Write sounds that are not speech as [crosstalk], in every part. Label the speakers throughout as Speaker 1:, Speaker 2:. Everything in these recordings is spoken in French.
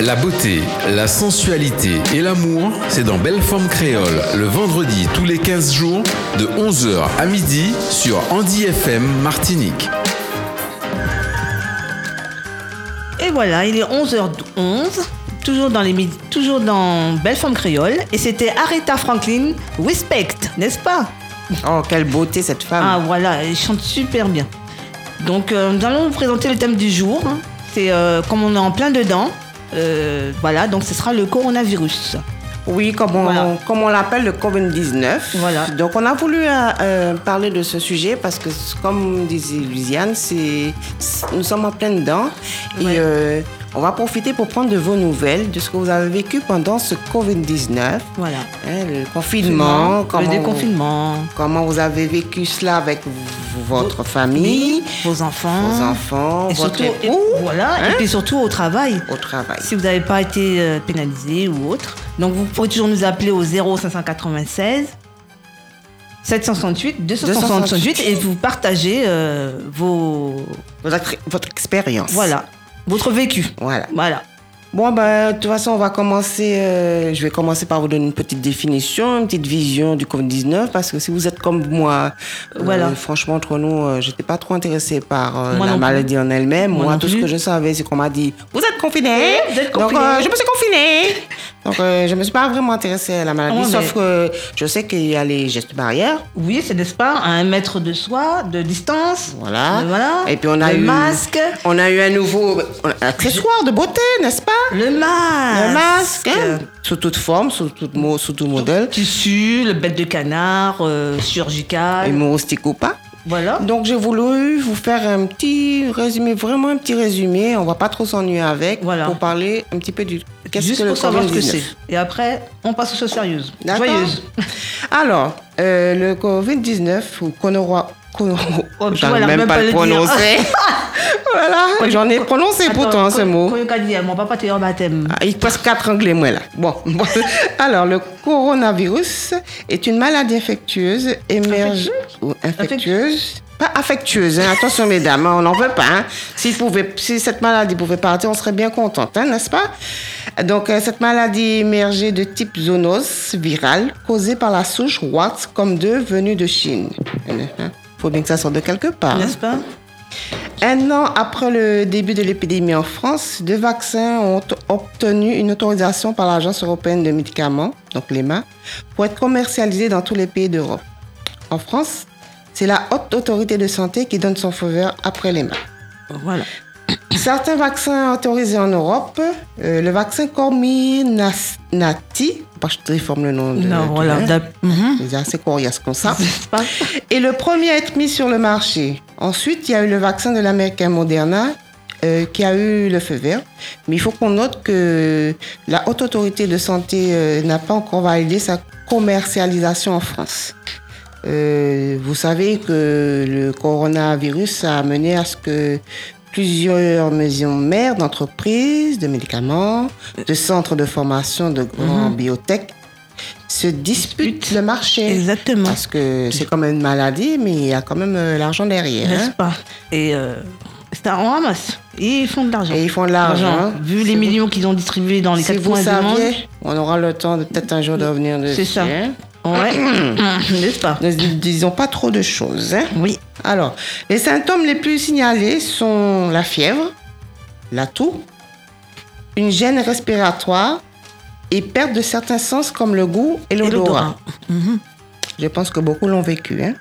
Speaker 1: La beauté, la sensualité et l'amour, c'est dans Belle Forme Créole, le vendredi tous les 15 jours, de 11h à midi, sur Andy FM Martinique.
Speaker 2: Et voilà, il est 11h11, toujours dans, les midi- toujours dans Belle Forme Créole, et c'était Aretha Franklin, Respect, n'est-ce pas
Speaker 3: Oh, quelle beauté cette
Speaker 2: Ah
Speaker 3: femme.
Speaker 2: voilà, elle chante super bien. Donc euh, nous allons vous présenter le thème du jour. hein. C'est euh, comme on est en plein dedans, euh, voilà, donc ce sera le coronavirus.
Speaker 3: Oui, comme on,
Speaker 2: Voilà.
Speaker 3: comme on l'appelle le COVID-19.
Speaker 2: Voilà.
Speaker 3: Donc, on a voulu euh, euh, parler de ce sujet parce que, comme disait Luciane, c'est, c'est- nous sommes en plein dedans.
Speaker 2: Ouais.
Speaker 3: Et euh, on va profiter pour prendre de vos nouvelles, de ce que vous avez vécu pendant ce COVID-19.
Speaker 2: Voilà.
Speaker 3: Hein, le confinement,
Speaker 2: le
Speaker 3: comment-
Speaker 2: déconfinement,
Speaker 3: Comment vous avez vécu cela avec v- votre famille,
Speaker 2: vos enfants,
Speaker 3: vos enfants,
Speaker 2: Ah. et
Speaker 3: votre
Speaker 2: surtout, et-
Speaker 3: époux,
Speaker 2: voilà,
Speaker 3: hein,
Speaker 2: et puis surtout au travail.
Speaker 3: au travail.
Speaker 2: Si vous n'avez pas été euh, pénalisé ou autre, donc vous pouvez toujours nous appeler au 0596 768 268 et vous partagez euh, vos
Speaker 3: Votre, votre expérience.
Speaker 2: voilà votre vécu.
Speaker 3: Voilà.
Speaker 2: Voilà.
Speaker 3: Bon, ben, de toute façon, on va commencer. euh, je vais commencer par vous donner une petite définition, une petite vision du COVID-19, parce que si vous êtes comme moi, euh,
Speaker 2: Voilà.
Speaker 3: franchement, entre nous, euh, j'étais pas trop intéressée par euh,
Speaker 2: Moi
Speaker 3: la
Speaker 2: non plus.
Speaker 3: maladie en elle-même.
Speaker 2: Moi
Speaker 3: Moi,
Speaker 2: non
Speaker 3: tout
Speaker 2: plus.
Speaker 3: ce que je savais, c'est qu'on m'a dit Vous êtes confiné
Speaker 2: Oui, vous êtes
Speaker 3: Donc,
Speaker 2: confiné.
Speaker 3: euh, je me suis confinée. Donc, euh, je me suis pas vraiment intéressée à la maladie,
Speaker 2: Ouais,
Speaker 3: sauf
Speaker 2: mais-
Speaker 3: que je sais qu'il y a les gestes barrières.
Speaker 2: Oui, c'est n'est-ce pas à un mètre de soi, de distance.
Speaker 3: Voilà.
Speaker 2: Euh, voilà.
Speaker 3: Et puis, on a
Speaker 2: le
Speaker 3: eu.
Speaker 2: masque,
Speaker 3: On a eu un nouveau euh, accessoire de beauté, n'est-ce pas
Speaker 2: le masque,
Speaker 3: Le masque, hein, sous toute forme, sous tout, mo- sous tout modèle,
Speaker 2: tissu, le bête de canard, euh, chirurgical.
Speaker 3: et moustique ou pas.
Speaker 2: Voilà.
Speaker 3: Donc j'ai voulu vous faire un petit résumé, vraiment un petit résumé. On va pas trop s'ennuyer avec
Speaker 2: Voilà.
Speaker 3: pour parler un petit peu du qu'est-ce
Speaker 2: Juste
Speaker 3: que le
Speaker 2: pour savoir ce que c'est.
Speaker 3: COVID-19.
Speaker 2: Et après, on passe aux choses sérieuses.
Speaker 3: D'accord.
Speaker 2: Joyeuses.
Speaker 3: Alors euh, le Covid-19 ou Conora,
Speaker 2: Oh, tu vois, elle
Speaker 3: j'arrive
Speaker 2: a
Speaker 3: même
Speaker 2: même
Speaker 3: pas,
Speaker 2: pas
Speaker 3: le
Speaker 2: le
Speaker 3: prononcer. [laughs] voilà, j'en ai prononcé pourtant hein, ce mot.
Speaker 2: Quand il dit, ah, mon papa, t'es en baptême.
Speaker 3: Ah, Il passe quatre anglais, moi, là. Bon. [laughs] Alors, le coronavirus est une maladie infectieuse émerge... ou Infectieuse Pas affectueuse, hein. attention [laughs] mesdames, hein, on n'en veut pas. hein. S'il pouvait- si cette maladie pouvait partir, on serait bien contente, hein, n'est-ce pas Donc, euh, cette maladie émergée de type zoonose virale causée par la souche WATS-CoV-2 venue de Chine. Hein, Faut bien que ça sorte de quelque part. hein.
Speaker 2: N'est-ce pas
Speaker 3: Un an après le début de l'épidémie en France, deux vaccins ont obtenu une autorisation par l'Agence européenne de médicaments, donc l'EMA, pour être commercialisés dans tous les pays d'Europe. En France, c'est la haute autorité de santé qui donne son feu vert après l'EMA.
Speaker 2: Voilà.
Speaker 3: Certains vaccins autorisés en Europe, euh, le vaccin Corminati, bah, je réforme le nom de
Speaker 2: Non,
Speaker 3: de-
Speaker 2: voilà.
Speaker 3: hein,
Speaker 2: dap- Mhm.
Speaker 3: c'est assez coriace comme ça.
Speaker 2: [laughs] N'est-ce pas
Speaker 3: Et le premier à être mis sur le marché. Ensuite, il y a eu le vaccin de l'américain Moderna euh, qui a eu le feu vert. Mais il faut qu'on note que la haute autorité de santé euh, n'a pas encore validé sa commercialisation en France. Euh, vous savez que le coronavirus a amené à ce que plusieurs maisons mères d'entreprises, de médicaments, de centres de formation, de grands biotech se disputent le marché.
Speaker 2: Exactement.
Speaker 3: Parce que c'est quand même une maladie, mais il y a quand même euh, l'argent derrière.
Speaker 2: N'est-ce
Speaker 3: hein.
Speaker 2: pas Et euh, ça, on ramasse. Et ils font de l'argent.
Speaker 3: Et ils font de l'argent.
Speaker 2: Vu
Speaker 3: Si
Speaker 2: les
Speaker 3: vous-
Speaker 2: millions qu'ils ont distribués dans les
Speaker 3: Si
Speaker 2: quatre
Speaker 3: vous
Speaker 2: coins du monde.
Speaker 3: saviez, on aura le temps de peut-être un jour de revenir dessus.
Speaker 2: C'est ça.
Speaker 3: hein. [coughs]
Speaker 2: Ouais. N'est-ce pas
Speaker 3: Ne disons pas trop de choses. hein.
Speaker 2: Oui.
Speaker 3: Alors, les symptômes les plus signalés sont la fièvre, la toux, une gêne respiratoire et perte de certains sens comme le goût et
Speaker 2: Et
Speaker 3: l'odorat.
Speaker 2: l'odorat. Mhm.
Speaker 3: Je pense que beaucoup l'ont vécu. hein.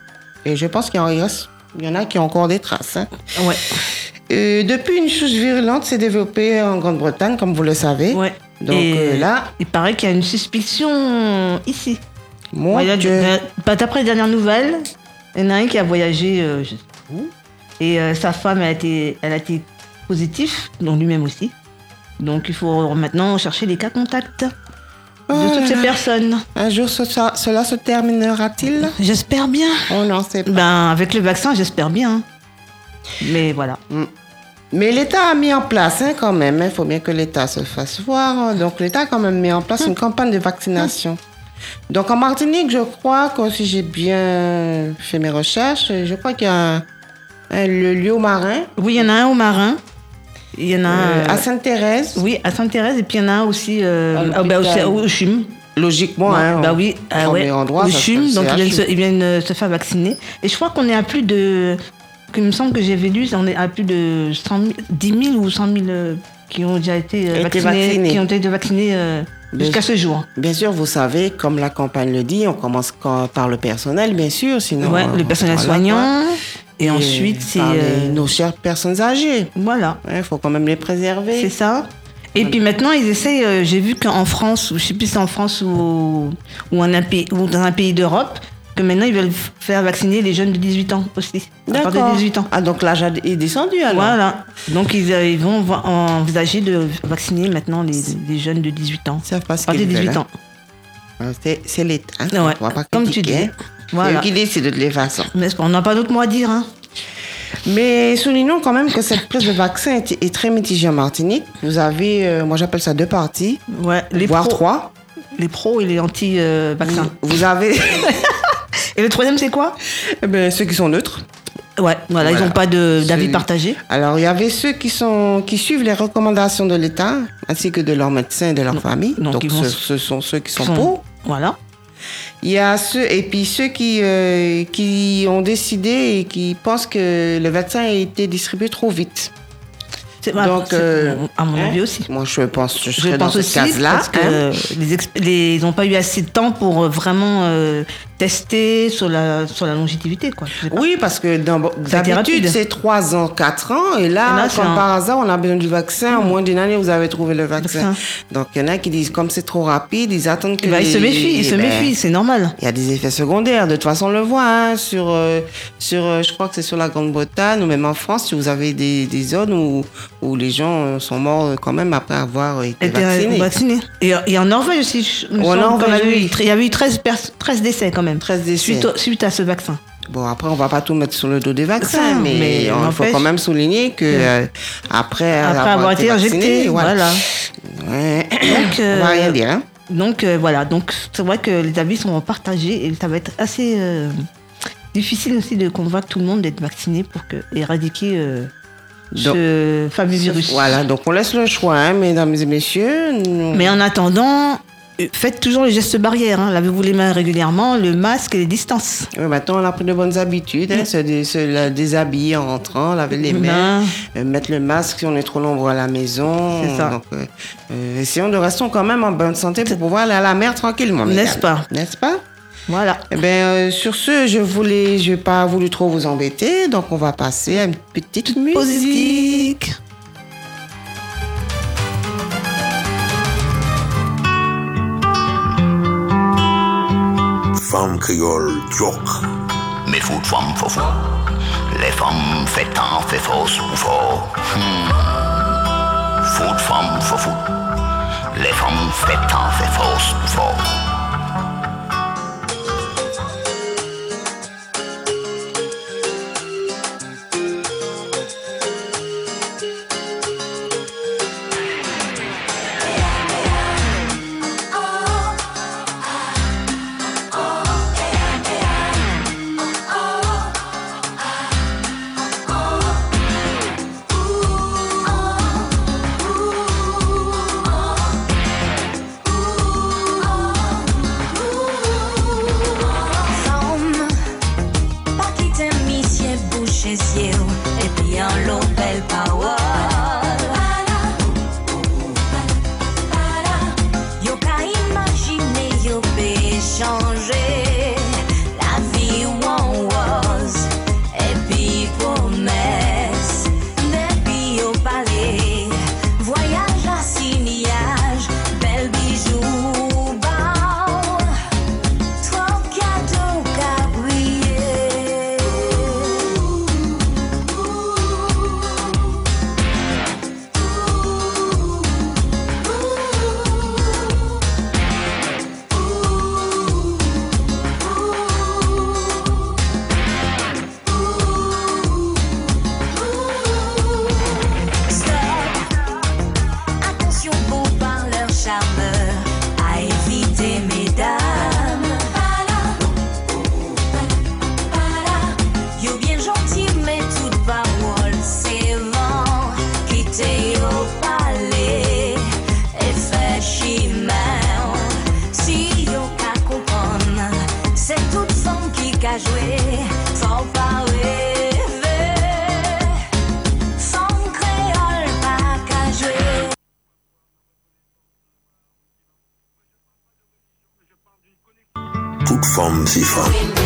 Speaker 3: Et je pense qu'il y en reste- il y en a qui ont encore des traces. hein.
Speaker 2: Ouais.
Speaker 3: Euh, depuis, une chose virulente s'est développée en Grande-Bretagne, comme vous le savez.
Speaker 2: Ouais.
Speaker 3: Donc
Speaker 2: Et
Speaker 3: euh, là,
Speaker 2: Il paraît qu'il y a une suspicion ici.
Speaker 3: mon
Speaker 2: Ouais, il y a-
Speaker 3: Dieu.
Speaker 2: euh, bah, D'après les dernières nouvelles, il y en a un qui a voyagé euh, je sais pas où. Et euh, sa femme elle a été, elle a été positive, donc lui-même aussi. Donc il faut maintenant chercher les cas contacts de
Speaker 3: Oh
Speaker 2: toutes
Speaker 3: là
Speaker 2: ces
Speaker 3: là.
Speaker 2: personnes.
Speaker 3: Un jour, ce- ça- cela se terminera-t-il
Speaker 2: J'espère bien.
Speaker 3: On n'en sait pas.
Speaker 2: Ben avec le vaccin, j'espère bien. Mais voilà.
Speaker 3: Mais l'État a mis en place, hein, quand même. Il faut bien que l'État se fasse voir. Donc, l'État a quand même mis en place une campagne de vaccination. Donc, en Martinique, je crois que si j'ai bien fait mes recherches, je crois qu'il y a un- un- le lieu marin
Speaker 2: Oui, il y en a un au marin. Il y en a
Speaker 3: Euh,
Speaker 2: un,
Speaker 3: à Sainte-Thérèse,
Speaker 2: oui, à Sainte-Thérèse, et puis il y en a un aussi
Speaker 3: À
Speaker 2: euh, ah, bah,
Speaker 3: l'hôpital.
Speaker 2: aussi au CHUM.
Speaker 3: logiquement, hein,
Speaker 2: bah
Speaker 3: on-
Speaker 2: oui, ah
Speaker 3: premier
Speaker 2: ouais,
Speaker 3: endroit,
Speaker 2: au
Speaker 3: ça se
Speaker 2: CHUM,
Speaker 3: passe
Speaker 2: donc ils viennent,
Speaker 3: CHU.
Speaker 2: se, ils viennent, euh, se faire vacciner. Et je crois qu'on est à plus de. que il me semble que j'avais lu, on est à plus de 100 000, 10 000 ou 100 000 euh, qui ont déjà été, euh,
Speaker 3: Été
Speaker 2: vaccinés,
Speaker 3: vaccinés.
Speaker 2: qui ont été vaccinés euh,
Speaker 3: Bien
Speaker 2: jusqu'à ce jour.
Speaker 3: Bien sûr, vous savez, comme la campagne le dit, on commence quand- par le personnel, bien sûr, sinon.
Speaker 2: Ouais,
Speaker 3: euh,
Speaker 2: le personnel
Speaker 3: voilà, quoi.
Speaker 2: soignant. Et, ensuite, c'est.
Speaker 3: par les-
Speaker 2: euh,
Speaker 3: nos chères personnes âgées.
Speaker 2: voilà,
Speaker 3: Il faut quand même les
Speaker 2: c'est
Speaker 3: préserver.
Speaker 2: ça. Et puis maintenant, ils essayent, euh, j'ai vu qu'en France, ou je sais plus si c'est en France ou, ou, en un pays, ou dans un pays d'Europe, que maintenant ils veulent faire vacciner les jeunes de 18 ans aussi. À partir de 18 ans.
Speaker 3: Ah, donc l'âge a- est descendu alors
Speaker 2: Voilà. Donc ils, euh, ils vont vo- envisager de vacciner maintenant les, les jeunes de 18 ans.
Speaker 3: Ils savent pas ce
Speaker 2: À partir
Speaker 3: qu'ils
Speaker 2: de
Speaker 3: veulent,
Speaker 2: 18 ans.
Speaker 3: hein. C'est c'est l'État. hein.
Speaker 2: Ouais.
Speaker 3: On va pas
Speaker 2: Comme tu dis.
Speaker 3: critiquer, hein. C'est
Speaker 2: Voilà.
Speaker 3: eux qui décident de les façons.
Speaker 2: Mais on n'a pas d'autre mot à dire. Hein.
Speaker 3: Mais soulignons quand même que cette prise de vaccin est, est très mitigée en Martinique. Vous avez, euh, moi j'appelle ça deux parties,
Speaker 2: Ouais, les
Speaker 3: voire
Speaker 2: pros,
Speaker 3: trois.
Speaker 2: Les pros et les anti-vaccins.
Speaker 3: Vous avez [laughs]
Speaker 2: Et le troisième, c'est quoi
Speaker 3: eh ben, ceux qui sont neutres.
Speaker 2: Ouais, voilà, ils
Speaker 3: Voilà.
Speaker 2: n'ont pas de- d'avis
Speaker 3: C'est-
Speaker 2: partagé.
Speaker 3: Alors, il y avait ceux qui, sont, qui suivent les recommandations de l'État, ainsi que de leurs médecins et de leur famille.
Speaker 2: donc
Speaker 3: Donc,
Speaker 2: ils vont
Speaker 3: ce,
Speaker 2: s-
Speaker 3: ce sont ceux qui sont,
Speaker 2: Ils sont-
Speaker 3: pour.
Speaker 2: Voilà.
Speaker 3: Il y a ceux, et puis ceux qui, euh, qui ont décidé et qui pensent que le vaccin a été distribué trop vite.
Speaker 2: C'est-
Speaker 3: Donc,
Speaker 2: c'est-
Speaker 3: euh,
Speaker 2: à mon
Speaker 3: hein,
Speaker 2: avis aussi.
Speaker 3: Moi, je pense que je
Speaker 2: Je
Speaker 3: serais
Speaker 2: pense
Speaker 3: dans
Speaker 2: aussi
Speaker 3: cette case-là.
Speaker 2: parce que
Speaker 3: hein.
Speaker 2: euh, les exp- les- ils n'ont pas eu assez de temps pour euh, vraiment euh, tester sur la, sur la longévité. Quoi. Je sais pas.
Speaker 3: Oui, parce que dans-
Speaker 2: Ça a été
Speaker 3: d'habitude,
Speaker 2: rapide.
Speaker 3: c'est 3 ans, 4 ans.
Speaker 2: Et
Speaker 3: Et là,
Speaker 2: là, c'est
Speaker 3: comme
Speaker 2: un- Hmm.
Speaker 3: par hasard, on a besoin du vaccin. En moins d'une année, vous avez trouvé le vaccin.
Speaker 2: Vaccin.
Speaker 3: Donc, il y en a qui disent, comme c'est trop rapide, ils attendent que...
Speaker 2: Eh ben, ils se
Speaker 3: les-
Speaker 2: méfient, ils se
Speaker 3: Eh ben,
Speaker 2: méfient, c'est normal.
Speaker 3: Il y a des effets secondaires. De toute façon, on le voit hein, sur, euh, sur euh, je crois que c'est sur la Grande-Bretagne ou même en France, si vous avez des, des zones où, où les gens euh, sont morts euh, quand même après avoir été
Speaker 2: Étaient
Speaker 3: vaccinés.
Speaker 2: vaccinés. Et, et en Norvège aussi, je- il me
Speaker 3: En
Speaker 2: semble
Speaker 3: Norvège,
Speaker 2: qu'on a eu-
Speaker 3: oui.
Speaker 2: il y a eu 13, pers- 13 décès quand même.
Speaker 3: 13 décès.
Speaker 2: Suite, au- suite à ce vaccin.
Speaker 3: Bon, après, on va pas tout mettre sur le dos des vaccins,
Speaker 2: Ça,
Speaker 3: mais,
Speaker 2: mais
Speaker 3: il faut
Speaker 2: n'empêche-
Speaker 3: quand même souligner que euh, après,
Speaker 2: Après avoir été injecté,
Speaker 3: vacciné,
Speaker 2: voilà.
Speaker 3: Ouais.
Speaker 2: Donc,
Speaker 3: on va
Speaker 2: euh,
Speaker 3: rien dire. hein.
Speaker 2: Donc euh, voilà, donc c'est vrai que les avis sont partagés et ça va être assez euh, difficile aussi de convaincre tout le monde d'être vacciné pour que, éradiquer euh,
Speaker 3: Donc-
Speaker 2: ce fameux virus.
Speaker 3: Voilà, donc on laisse le choix, hein, mesdames et messieurs. Nous-
Speaker 2: Mais en attendant, euh, faites toujours les gestes barrières. hein. Lavez-vous les mains régulièrement, le masque et les distances.
Speaker 3: Oui, euh, maintenant, on a pris de bonnes habitudes,
Speaker 2: Mm.
Speaker 3: hein, se, dé- se la- déshabiller en rentrant, laver les mains,
Speaker 2: Ben,
Speaker 3: euh, mettre le masque si on est trop nombreux à la maison.
Speaker 2: C'est ça.
Speaker 3: Donc, euh, euh, essayons de rester quand même en bonne santé pour pouvoir aller à la mer tranquillement.
Speaker 2: N'est-ce
Speaker 3: mesdames.
Speaker 2: pas
Speaker 3: N'est-ce pas
Speaker 2: voilà.
Speaker 3: Eh bien, euh, sur ce, je voulais, je n'ai pas voulu trop vous embêter, donc on va passer à une petite musique.
Speaker 2: Musique.
Speaker 4: Femme créole, joke.
Speaker 5: Mes fous de femmes faux faux. Les femmes fait tant, fait fausse ou faux. Hmm. Fous de femmes faux faux. Les femmes fait tant, fait fausse ou faux.
Speaker 6: Ooh, oh, ooh, oh.
Speaker 4: femme, si femme.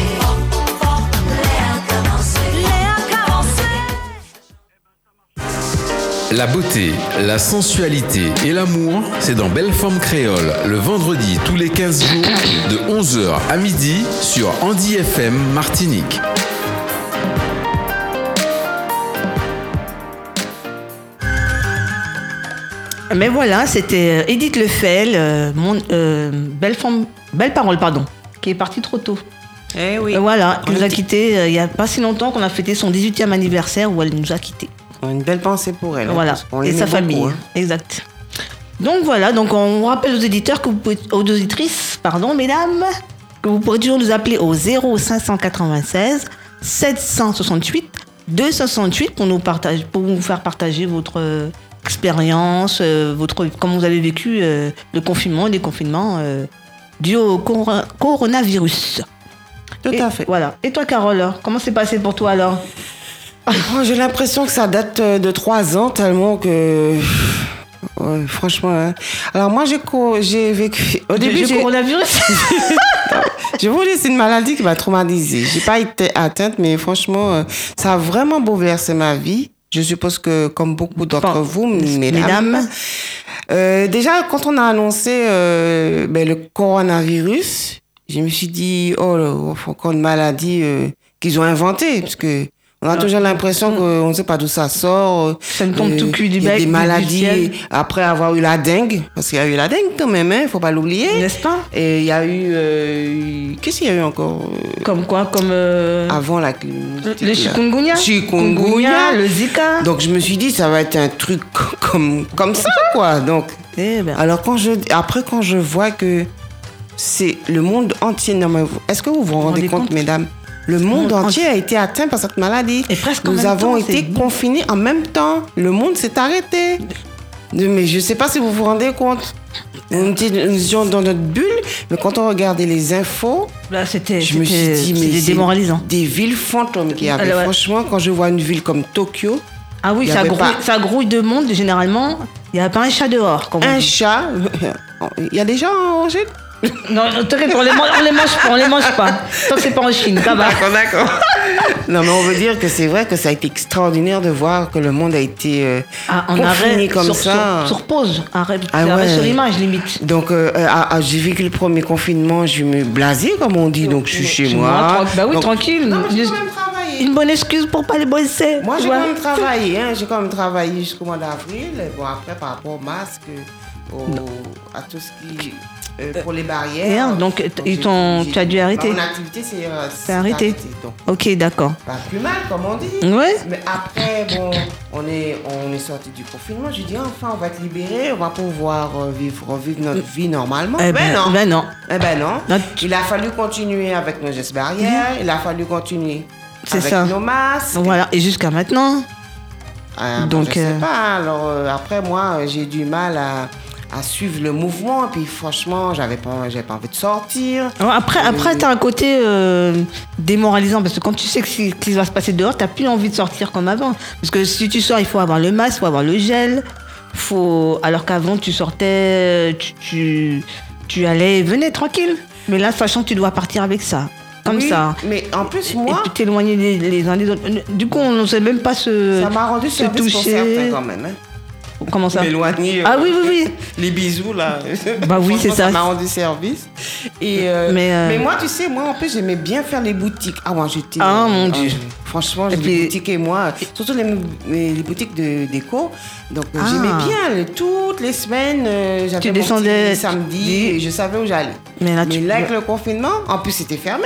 Speaker 1: La beauté, la sensualité et l'amour, c'est dans Belle Forme Créole, le vendredi tous les 15 jours, de 11h à midi, sur Andy FM Martinique.
Speaker 2: Mais voilà, c'était euh, Edith Lefel, euh, mon, euh, belle, femme- belle parole, pardon, qui est partie trop tôt.
Speaker 3: Eh oui.
Speaker 2: Euh, Voilà, qui
Speaker 3: On
Speaker 2: nous a
Speaker 3: était-
Speaker 2: quittés euh, il n'y a pas si longtemps qu'on a fêté son 18e anniversaire où elle nous a quittés.
Speaker 3: On a Oh, Une belle pensée pour elle. hein,
Speaker 2: Voilà,
Speaker 3: parce qu'on
Speaker 2: et
Speaker 3: l'aimait
Speaker 2: sa
Speaker 3: beaucoup,
Speaker 2: famille.
Speaker 3: hein.
Speaker 2: Exact. Donc voilà, donc on rappelle aux éditeurs que vous pouvez, aux auditrices, pardon, mesdames, que vous pouvez toujours nous appeler au 0596 768 268 pour nous partager, pour vous faire partager votre euh, expérience, euh, votre comment vous avez vécu euh, le confinement et les confinements euh, dus au cor- coronavirus.
Speaker 3: Tout
Speaker 2: Et-
Speaker 3: à fait.
Speaker 2: Voilà. Et toi, Carole, comment c'est passé pour toi alors
Speaker 3: Oh, J'ai l'impression que ça date euh, de trois ans tellement que. Ouais, franchement, hein. Alors moi j'ai co- j'ai vécu. Au début,
Speaker 2: Le- le
Speaker 3: j'ai-
Speaker 2: coronavirus
Speaker 3: [laughs] je vous dis, c'est une maladie qui m'a traumatisée. J'ai pas été atteinte, mais franchement, euh, ça a vraiment bouleversé ma vie. Je suppose que, comme beaucoup d'entre
Speaker 2: Bon,
Speaker 3: vous, mesdames,
Speaker 2: mesdames.
Speaker 3: euh, déjà, quand on a annoncé euh, ben, le coronavirus, je me suis dit, oh, là, encore une maladie euh, qu'ils ont inventée, parce que on a toujours l'impression qu'on ne sait pas d'où ça sort.
Speaker 2: Ah. Mm.
Speaker 3: Euh,
Speaker 2: Ça me tombe tout cul du
Speaker 3: il y a
Speaker 2: bec,
Speaker 3: Des
Speaker 2: du- du ciel.
Speaker 3: maladies, après avoir eu la dengue, parce qu'il y a eu la dengue quand même, il faut pas l'oublier.
Speaker 2: N'est-ce pas
Speaker 3: Et il y a eu. euh, Qu'est-ce qu'il y a eu encore euh,
Speaker 2: Comme quoi Comme. euh,
Speaker 3: avant la clinique
Speaker 2: Le chikungunya
Speaker 3: Chikungunya.
Speaker 2: Le zika
Speaker 3: Donc je me suis dit, ça va être un truc [laughs] comme, comme ça, quoi. Donc,
Speaker 2: Eh ben,
Speaker 3: alors quand je, après, quand je vois que c'est le monde entier. non, mais vous- Est-ce que vous vous rendez
Speaker 2: rendez
Speaker 3: compte,
Speaker 2: compte
Speaker 3: mesdames Le monde entier a été atteint par cette maladie.
Speaker 2: Et presque en
Speaker 3: Nous
Speaker 2: même
Speaker 3: avons
Speaker 2: temps,
Speaker 3: été
Speaker 2: c'est-
Speaker 3: confinés en même temps. Le monde s'est arrêté. De- Mais je ne sais pas si vous vous rendez compte. Nous étions- nous étions dans notre bulle, mais quand on regardait les infos,
Speaker 2: là, c'était
Speaker 3: je me suis
Speaker 2: c'était-
Speaker 3: dit, mais
Speaker 2: c'était
Speaker 3: c'est
Speaker 2: démoralisant.
Speaker 3: Des villes fantômes qu'il y avait.
Speaker 2: Alors, ouais.
Speaker 3: Franchement, quand je vois une ville comme Tokyo,
Speaker 2: Ah oui,
Speaker 3: il y
Speaker 2: ça
Speaker 3: avait
Speaker 2: grouille,
Speaker 3: pas-
Speaker 2: ça grouille de monde, généralement. Il n'y a pas un chat dehors. Comme on
Speaker 3: un
Speaker 2: dit.
Speaker 3: chat, [laughs] il y a des gens en Angèle
Speaker 2: Non, non, t'inquiète, on les mange, on les mange pas, on les mange pas. Tant que c'est pas en Chine, ça va.
Speaker 3: Ah, d'accord. [laughs] non, mais on veut dire que c'est vrai que ça a été extraordinaire de voir que le monde a été euh,
Speaker 2: Ah, en
Speaker 3: confiné
Speaker 2: arrêt,
Speaker 3: comme
Speaker 2: sur,
Speaker 3: ça.
Speaker 2: Sur, sur pause, arrêt,
Speaker 3: Ah
Speaker 2: arrêt
Speaker 3: ouais.
Speaker 2: sur image, limite.
Speaker 3: Donc, euh, euh, ah, ah, j'ai vécu le premier confinement, je me blasais, comme on dit, donc je suis chez, moi.
Speaker 2: tranquille. Bah oui,
Speaker 3: Donc-
Speaker 2: tranquille.
Speaker 3: Non, mais j'ai quand
Speaker 2: Juste
Speaker 3: même travaillé.
Speaker 2: Une bonne excuse pour pas les bosser.
Speaker 3: Moi,
Speaker 2: tu
Speaker 3: j'ai
Speaker 2: vois.
Speaker 3: quand même travaillé. Hein. J'ai quand même travaillé jusqu'au mois d'avril. Bon, après, par rapport au masque, euh, au- à tout ce qui. euh, pour les barrières.
Speaker 2: Rien, donc, ils
Speaker 3: j'ai-
Speaker 2: t'ont-
Speaker 3: j'ai-
Speaker 2: tu as dû
Speaker 3: bah,
Speaker 2: arrêter.
Speaker 3: mon activité, c'est. euh, c'est
Speaker 2: arrêté.
Speaker 3: Donc,
Speaker 2: Ok, d'accord.
Speaker 3: pas plus mal, comme on dit.
Speaker 2: Ouais.
Speaker 3: Mais après, bon, on est, on est sorti du confinement. Je dis, enfin, on va être libéré. On va pouvoir euh, vivre, vivre notre vie normalement.
Speaker 2: Eh
Speaker 3: Ben non.
Speaker 2: Ben non.
Speaker 3: Eh ben non.
Speaker 2: Notre-
Speaker 3: Il a fallu continuer avec nos gestes barrières. Il a fallu continuer
Speaker 2: C'est
Speaker 3: avec
Speaker 2: ça.
Speaker 3: nos masques.
Speaker 2: Voilà, et jusqu'à maintenant.
Speaker 3: Ah,
Speaker 2: Donc,
Speaker 3: bon, je
Speaker 2: euh,
Speaker 3: sais pas. Alors euh, après moi, euh, j'ai du mal à, à suivre le mouvement. Puis franchement, j'avais pas, j'avais pas envie de sortir.
Speaker 2: Alors après, après t'as un côté euh, démoralisant parce que quand tu sais que ce qui va se passer dehors, t'as plus envie de sortir comme avant. Parce que si tu sors, il faut avoir le masque, il faut avoir le gel. Faut... Alors qu'avant, tu sortais, tu, tu, tu allais et venais tranquille. Mais là, sachant que tu dois partir avec ça. Comme
Speaker 3: Oui,
Speaker 2: ça.
Speaker 3: Mais en plus
Speaker 2: Et
Speaker 3: moi,
Speaker 2: puis t'éloigner les, les uns des autres. Euh, Du coup, on ne sait même pas se,
Speaker 3: ça m'a rendu
Speaker 2: se
Speaker 3: service pour certains
Speaker 2: toucher.
Speaker 3: quand même. hein.
Speaker 2: Comment ça
Speaker 3: M'éloigner, euh,
Speaker 2: Ah oui, oui, oui.
Speaker 3: les bisous là.
Speaker 2: Bah oui,
Speaker 3: Franchement,
Speaker 2: c'est ça.
Speaker 3: Ça m'a rendu service. Et euh,
Speaker 2: Mais,
Speaker 3: mais,
Speaker 2: euh,
Speaker 3: moi, tu sais, moi en plus, j'aimais bien faire les boutiques. Ah moi, j'étais.
Speaker 2: Ah, mon Dieu.
Speaker 3: Franchement,
Speaker 2: Et
Speaker 3: les
Speaker 2: puis-
Speaker 3: boutiques et moi, surtout les, les les boutiques de déco. Donc euh,
Speaker 2: Ah.
Speaker 3: j'aimais bien. le- Toutes les semaines, euh, j'avais
Speaker 2: Tu
Speaker 3: mon petit
Speaker 2: descendais-
Speaker 3: samedi et je savais où j'allais.
Speaker 2: Mais là, tu-
Speaker 3: avec le confinement, en plus, c'était fermé.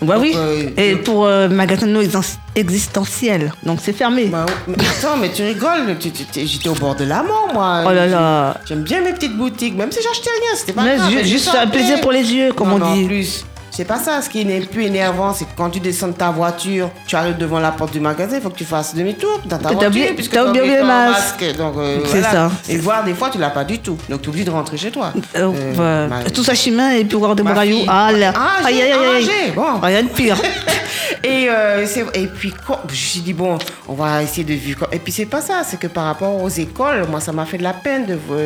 Speaker 2: Bah oui.
Speaker 3: euh,
Speaker 2: Et
Speaker 3: je-
Speaker 2: pour euh, Magasino exen- existentiel. Donc c'est fermé.
Speaker 3: Bah, mais attends, mais tu rigoles. tu- tu- tu- J'étais au bord de la mort, moi.
Speaker 2: Oh là là.
Speaker 3: J'aime bien mes petites boutiques, même si j'achetais rien, c'était pas
Speaker 2: Mais
Speaker 3: grave.
Speaker 2: ju-
Speaker 3: je
Speaker 2: juste
Speaker 3: sortais.
Speaker 2: un plaisir pour les yeux, comme
Speaker 3: Non,
Speaker 2: on
Speaker 3: mais
Speaker 2: dit.
Speaker 3: En plus, c'est pas ça. Ce qui n'est plus énervant, c'est que quand tu descends de ta voiture, tu arrives devant la porte du magasin, il faut que tu fasses demi-tour dans ta
Speaker 2: T'as
Speaker 3: voiture.
Speaker 2: oublié-
Speaker 3: puisque
Speaker 2: t'as
Speaker 3: t'as
Speaker 2: oublié
Speaker 3: oublié
Speaker 2: le
Speaker 3: ton
Speaker 2: masque.
Speaker 3: donc, euh,
Speaker 2: C'est
Speaker 3: voilà.
Speaker 2: ça.
Speaker 3: Et voir, des fois, tu l'as pas du tout. Donc, tu oublies de rentrer chez toi.
Speaker 2: Euh,
Speaker 3: Euh,
Speaker 2: bah,
Speaker 3: ma-
Speaker 2: tout ça chemin et puis voir des
Speaker 3: ma
Speaker 2: brailloux.
Speaker 3: fille.
Speaker 2: Ah là.
Speaker 3: Ah, j'ai-
Speaker 2: aïe aïe aïe
Speaker 3: ah,
Speaker 2: aïe.
Speaker 3: [laughs] j'ai, bon.
Speaker 2: Rien de pire.
Speaker 3: Et, euh, c'est- et puis, quand- je me suis dit, bon, on va essayer de vivre. comme- Et puis, c'est pas ça, c'est que par rapport aux écoles, moi, ça m'a fait de la peine de euh, voir.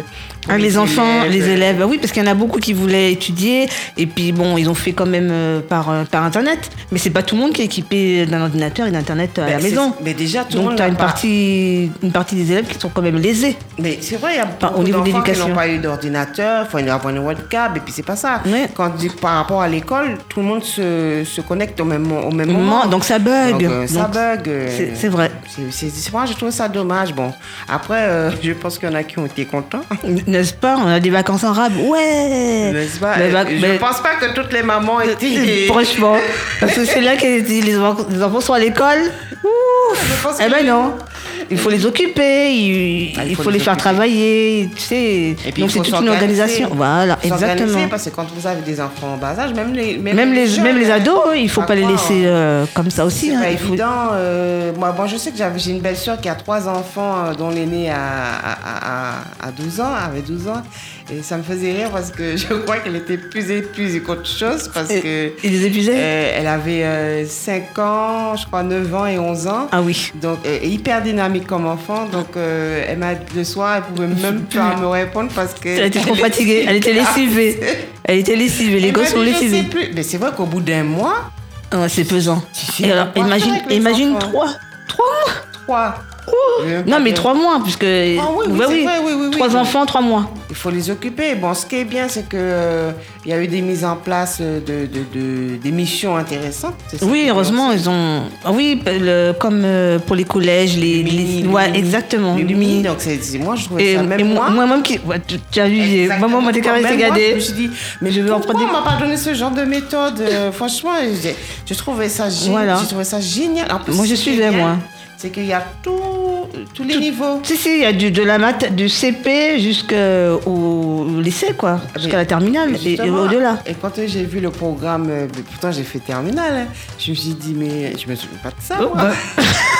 Speaker 2: Ah, les enfants,
Speaker 3: euh,
Speaker 2: les élèves, euh, oui, parce qu'il y en a beaucoup qui voulaient étudier, et puis bon, ils ont fait quand même euh, par, euh, par Internet. Mais c'est pas tout le monde qui est équipé d'un ordinateur et d'Internet à
Speaker 3: Ben,
Speaker 2: la
Speaker 3: c'est-
Speaker 2: maison.
Speaker 3: mais déjà, tout le
Speaker 2: Donc
Speaker 3: monde
Speaker 2: tu as
Speaker 3: l'a
Speaker 2: une
Speaker 3: pas.
Speaker 2: partie, une partie des élèves qui sont quand même lésés.
Speaker 3: Mais c'est vrai, il y a
Speaker 2: Enfin, au
Speaker 3: beaucoup
Speaker 2: niveau de
Speaker 3: d'enfants qui
Speaker 2: l'éducation.
Speaker 3: n'ont pas eu d'ordinateur, il faut avoir une webcam, et puis c'est pas ça.
Speaker 2: Ouais.
Speaker 3: Quand on dit par rapport à l'école, tout le monde se, se connecte au même, mo- au même moment.
Speaker 2: Moment, donc ça bug.
Speaker 3: Donc, euh, ça
Speaker 2: Donc,
Speaker 3: bug. euh,
Speaker 2: c'est- c'est vrai.
Speaker 3: c'est- c'est- c'est- Moi, je trouve ça dommage. Bon, après, euh, je pense qu'il y en a qui ont
Speaker 2: [laughs]
Speaker 3: été contents.
Speaker 2: N'est-ce pas On a des vacances en rab. Ouais ben,
Speaker 3: N'est-ce pas
Speaker 2: Mais
Speaker 3: Euh,
Speaker 2: va-
Speaker 3: Je
Speaker 2: mais- Euh,
Speaker 3: pense pas que toutes les mamans étaient.
Speaker 2: Franchement, parce que c'est là que les les enfants les enfants sont à l'école. Ouh
Speaker 3: Je pense
Speaker 2: Eh
Speaker 3: que-
Speaker 2: ben non Il faut les occuper, il,
Speaker 3: Ah,
Speaker 2: il faut, les, faire
Speaker 3: occuper.
Speaker 2: travailler, tu sais.
Speaker 3: Et puis,
Speaker 2: Donc
Speaker 3: il
Speaker 2: c'est
Speaker 3: faut
Speaker 2: toute une
Speaker 3: s'organiser.
Speaker 2: organisation. Voilà,
Speaker 3: Faut s'organiser,
Speaker 2: exactement.
Speaker 3: Parce que quand vous avez des enfants en bas âge, même les, même
Speaker 2: Même les,
Speaker 3: jeunes,
Speaker 2: même les
Speaker 3: hein,
Speaker 2: ados, hein, il faut
Speaker 3: à
Speaker 2: pas les
Speaker 3: quoi,
Speaker 2: laisser euh,
Speaker 3: hein.
Speaker 2: comme ça aussi.
Speaker 3: C'est
Speaker 2: hein,
Speaker 3: pas
Speaker 2: il faut-
Speaker 3: évident. euh, moi, moi, je sais que j'avais- j'ai une belle sœur qui a trois enfants, euh, dont l'aîné a, a, a- a 12 ans, avait 12 ans. Et ça me faisait rire parce que [laughs] je crois qu'elle était plus épuisée qu'autre chose parce
Speaker 2: Et-
Speaker 3: que
Speaker 2: et les épuisaient
Speaker 3: euh, elle avait 5 ans, je crois 9 ans et 11 ans.
Speaker 2: Ah oui.
Speaker 3: Donc, euh, hyper dynamique comme enfant. Donc, euh, elle m'a le soir, elle pouvait même pas me répondre parce que.
Speaker 2: Elle était trop fatiguée, elle était lessivée. Elle était lessivée, les
Speaker 3: Elle
Speaker 2: gosses
Speaker 3: m'a
Speaker 2: sont
Speaker 3: dit, je sais
Speaker 2: lessivés.
Speaker 3: plus. Eh ben, Mais c'est vrai qu'au bout d'un mois,
Speaker 2: Ah, c'est pesant.
Speaker 3: Tu sais
Speaker 2: Et alors,
Speaker 3: pas quoi faire
Speaker 2: imagine,
Speaker 3: avec les
Speaker 2: imagine
Speaker 3: enfants.
Speaker 2: trois. Trois mois
Speaker 3: trois. Je vais même
Speaker 2: Non,
Speaker 3: pas
Speaker 2: mais
Speaker 3: dire-
Speaker 2: trois mois, bah puisque.
Speaker 3: Ah oui, oui,
Speaker 2: Ouais,
Speaker 3: c'est vrai, oui, oui, oui.
Speaker 2: Trois enfants, trois mois.
Speaker 3: Il faut les occuper. Bon, ce qui est bien, c'est que euh, il y a eu des mises en place euh, de, de, de- des missions intéressantes. c'est ça qui est
Speaker 2: Oui,
Speaker 3: bien
Speaker 2: heureusement, ils ont. Ah Oui, le- comme euh, pour les collèges, les. les-
Speaker 3: aussi. Mini,
Speaker 2: ouais,
Speaker 3: mini,
Speaker 2: exactement.
Speaker 3: mini,
Speaker 2: les
Speaker 3: mini.
Speaker 2: mini.
Speaker 3: Donc, c'est, c'est- moi, je trouvais
Speaker 2: Et,
Speaker 3: ça même
Speaker 2: et moi,
Speaker 3: moi.
Speaker 2: moi-même qui. ouais, tu, tu as vu, j'ai- moi, moi, moi, t'es carré,
Speaker 3: Même
Speaker 2: t'es
Speaker 3: moi,
Speaker 2: gadé.
Speaker 3: Je me suis dit, mais je
Speaker 2: Je
Speaker 3: vais
Speaker 2: vais en prendre
Speaker 3: pourquoi
Speaker 2: des-
Speaker 3: on m'a pas donné ce genre de méthode euh, Franchement, j'ai- je trouvais ça génial.
Speaker 2: Voilà.
Speaker 3: J'ai trouvé ça génial. En plus,
Speaker 2: Moi, je
Speaker 3: ce qui est
Speaker 2: suivais,
Speaker 3: bien,
Speaker 2: moi.
Speaker 3: C'est qu'il y a tout- tous les niveaux.
Speaker 2: Si, si, il y a du, de la mat, du CP jusqu'au euh, lycée, quoi. Jusqu'à la terminale et- et,
Speaker 3: Justement,
Speaker 2: au-delà.
Speaker 3: Et quand j'ai vu le programme, euh, mais pourtant j'ai fait terminale, hein, je me suis dit, mais je me souviens pas de ça.
Speaker 2: Oh,
Speaker 3: moi.
Speaker 2: bah. [laughs]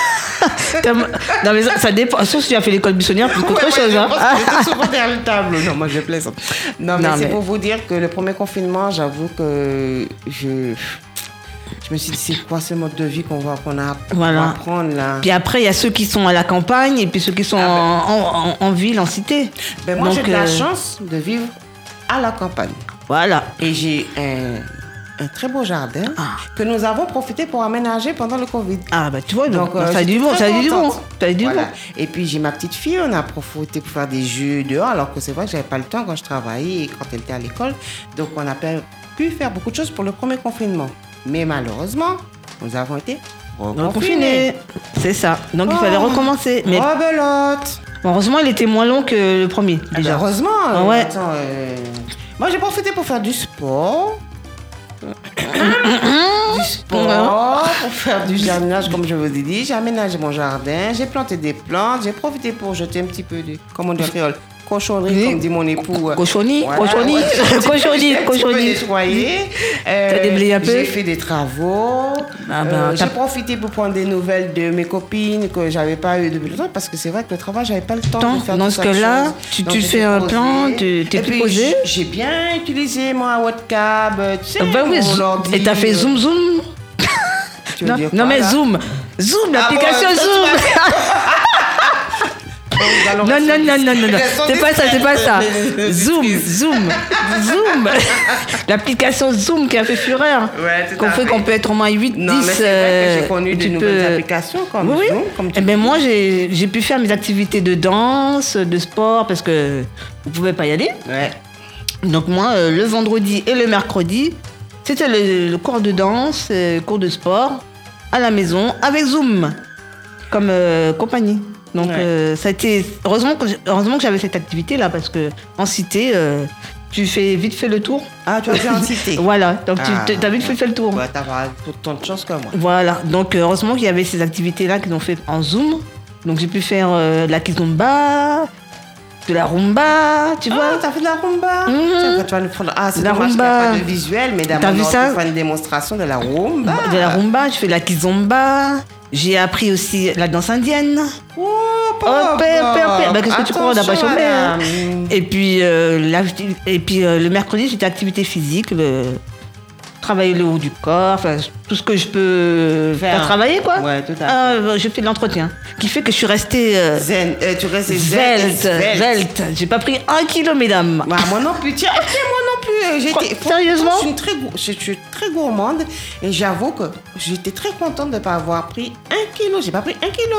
Speaker 2: T'as- non, mais ça, ça dépend. Sauf si tu as fait l'école buissonnière,
Speaker 3: [laughs]
Speaker 2: plus qu'autre
Speaker 3: Ouais, ouais,
Speaker 2: chose.
Speaker 3: je
Speaker 2: hein.
Speaker 3: pense
Speaker 2: [laughs]
Speaker 3: que j'étais souvent derrière le tableau. Non, moi je plaisante. Non, mais
Speaker 2: Non,
Speaker 3: c'est
Speaker 2: mais-
Speaker 3: pour vous dire que le premier confinement, j'avoue que je. Je me suis dit, c'est quoi ce mode de vie qu'on va, qu'on a, qu'on
Speaker 2: Voilà.
Speaker 3: va prendre là
Speaker 2: Puis après, il y a ceux qui sont à la campagne et puis ceux qui sont en, en- en ville, en cité.
Speaker 3: Ah, ben, Moi, j'ai de la
Speaker 2: euh,
Speaker 3: chance de vivre à la campagne.
Speaker 2: Voilà.
Speaker 3: Et j'ai un, un très beau jardin que nous avons profité pour aménager pendant le Covid.
Speaker 2: Ah, bah tu vois, donc,
Speaker 3: euh,
Speaker 2: ça a
Speaker 3: j'étais
Speaker 2: du bon,
Speaker 3: très
Speaker 2: ça a du bon.
Speaker 3: contente.
Speaker 2: Ça a du
Speaker 3: Voilà.
Speaker 2: bon.
Speaker 3: Et puis j'ai ma petite fille, on a profité pour faire des jeux dehors, alors que c'est vrai que j'avais pas le temps quand je travaillais et quand elle était à l'école. Donc on a pas pu faire beaucoup de choses pour le premier confinement. Mais malheureusement, nous avons été reconfinés.
Speaker 2: Reconfiné. C'est ça. Donc il fallait
Speaker 3: Oh.
Speaker 2: recommencer. Mais
Speaker 3: Rebelote
Speaker 2: heureusement, il était moins long que le premier,
Speaker 3: Ah ben,
Speaker 2: déjà.
Speaker 3: Heureusement
Speaker 2: Ah
Speaker 3: euh,
Speaker 2: ouais.
Speaker 3: attends, euh, Moi j'ai profité pour faire du sport. du sport, pour faire du jardinage comme je vous ai dit. J'ai aménagé mon jardin, j'ai planté des plantes, j'ai profité pour jeter un petit peu de, comment on dit, créole, cochonnerie
Speaker 2: Oui.
Speaker 3: comme dit mon époux. euh,
Speaker 2: Cochonnerie,
Speaker 3: Voilà, [laughs]
Speaker 2: cochonnerie, [laughs]
Speaker 3: ouais.
Speaker 2: cochonnerie,
Speaker 3: J'ai un petit peu
Speaker 2: cochonnerie.
Speaker 3: nettoyé. Euh,
Speaker 2: T'as déblayé un peu
Speaker 3: J'ai fait des travaux.
Speaker 2: Ah ben,
Speaker 3: Euh, j'ai
Speaker 2: t'as-
Speaker 3: profité pour prendre des nouvelles de mes copines que j'avais pas eu depuis longtemps parce que c'est vrai que le travail, j'avais pas le temps
Speaker 2: Temps.
Speaker 3: de faire
Speaker 2: Dans
Speaker 3: tout
Speaker 2: ce
Speaker 3: ça
Speaker 2: cas-là,
Speaker 3: chose.
Speaker 2: tu-
Speaker 3: Donc,
Speaker 2: tu
Speaker 3: j'étais
Speaker 2: fais un
Speaker 3: posée.
Speaker 2: plan, tu- t'es
Speaker 3: Et
Speaker 2: plus
Speaker 3: puis,
Speaker 2: posée.
Speaker 3: j- J'ai bien utilisé moi WhatsApp, euh, tu sais,
Speaker 2: Ah bah oui,
Speaker 3: mon
Speaker 2: zo-
Speaker 3: ordi,
Speaker 2: et t'as fait
Speaker 3: euh,
Speaker 2: zoom zoom.
Speaker 3: tu veux
Speaker 2: Non,
Speaker 3: dire
Speaker 2: non,
Speaker 3: quoi,
Speaker 2: mais
Speaker 3: là Ah
Speaker 2: zoom. Zoom, l'application
Speaker 3: bon, ça, tu
Speaker 2: zoom. [laughs]
Speaker 3: Nous allons
Speaker 2: Non, non,
Speaker 3: rester-
Speaker 2: non, non, non,
Speaker 3: [laughs]
Speaker 2: non.
Speaker 3: Restons
Speaker 2: C'est pas ça, c'est pas
Speaker 3: [laughs]
Speaker 2: ça.
Speaker 3: discrets.
Speaker 2: Zoom, zoom, zoom. [laughs] L'application Zoom qui a fait fureur.
Speaker 3: Ouais, tout
Speaker 2: Qu'on
Speaker 3: à
Speaker 2: fait
Speaker 3: fait.
Speaker 2: qu'on peut être au moins 8, 10.
Speaker 3: Non, mais c'est vrai que
Speaker 2: euh,
Speaker 3: j'ai connu
Speaker 2: tu
Speaker 3: des nouvelles
Speaker 2: peux-
Speaker 3: applications comme
Speaker 2: oui,
Speaker 3: Zoom, comme tu
Speaker 2: Eh ben
Speaker 3: dis.
Speaker 2: moi, j'ai j'ai pu faire mes activités de danse, de sport, parce que vous pouvez pas y aller.
Speaker 3: Ouais.
Speaker 2: Donc moi, euh, le vendredi et le mercredi, c'était le, le cours de danse, euh, cours de sport, à la maison, avec Zoom, comme euh, compagnie. Donc
Speaker 3: Ouais.
Speaker 2: euh, ça a été... Heureusement que, j'- heureusement que j'avais cette activité-là, parce que en cité, euh, tu fais vite fait le tour.
Speaker 3: Ah, tu as déjà
Speaker 2: [laughs]
Speaker 3: en cité.
Speaker 2: Voilà, donc
Speaker 3: Ah.
Speaker 2: tu as vite fait, fait le tour.
Speaker 3: Ouais, t'as autant de chance que moi.
Speaker 2: Voilà, donc euh, heureusement qu'il y avait ces activités-là qu'ils ont fait en Zoom. Donc j'ai pu faire euh, de la kizomba, de la rumba, tu vois.
Speaker 3: Ah, t'as fait de la rumba.
Speaker 2: Mhm.
Speaker 3: Tiens, Tu vas nous prendre. Ah, c'est
Speaker 2: La
Speaker 3: dommage qu'il n'y
Speaker 2: rumba.
Speaker 3: a pas de visuel, mesdames.
Speaker 2: T'as
Speaker 3: on
Speaker 2: vu
Speaker 3: aurait
Speaker 2: ça
Speaker 3: pu faire une démonstration de la rumba.
Speaker 2: de la rumba, je fais de la kizomba. J'ai appris aussi la danse indienne.
Speaker 3: Oh,
Speaker 2: Oh,
Speaker 3: papa.
Speaker 2: père, père, père. Bah, qu'est-ce que tu crois, on n'a pas
Speaker 3: Attention,
Speaker 2: chômé. hein.
Speaker 3: madame.
Speaker 2: Et puis, euh, l'acti- et puis euh, le mercredi, j'étais activité physique, le travailler le haut du corps, enfin, tout ce que je peux faire
Speaker 3: Faire.
Speaker 2: travailler, quoi.
Speaker 3: Ouais, tout à fait.
Speaker 2: Euh, je fais de l'entretien. Qui fait que je suis restée euh,
Speaker 3: Zen, euh, tu restes zen. et
Speaker 2: velte,
Speaker 3: svelte.
Speaker 2: velte. J'ai pas pris un kilo, mesdames.
Speaker 3: Bah, moi non plus, tiens, tiens, moi non plus. euh, J'étais,
Speaker 2: Quoi, sérieusement
Speaker 3: Je suis, une très, gour- je suis très gourmande et j'avoue que j'étais très contente de ne pas avoir pris un kilo. J'ai pas pris un kilo.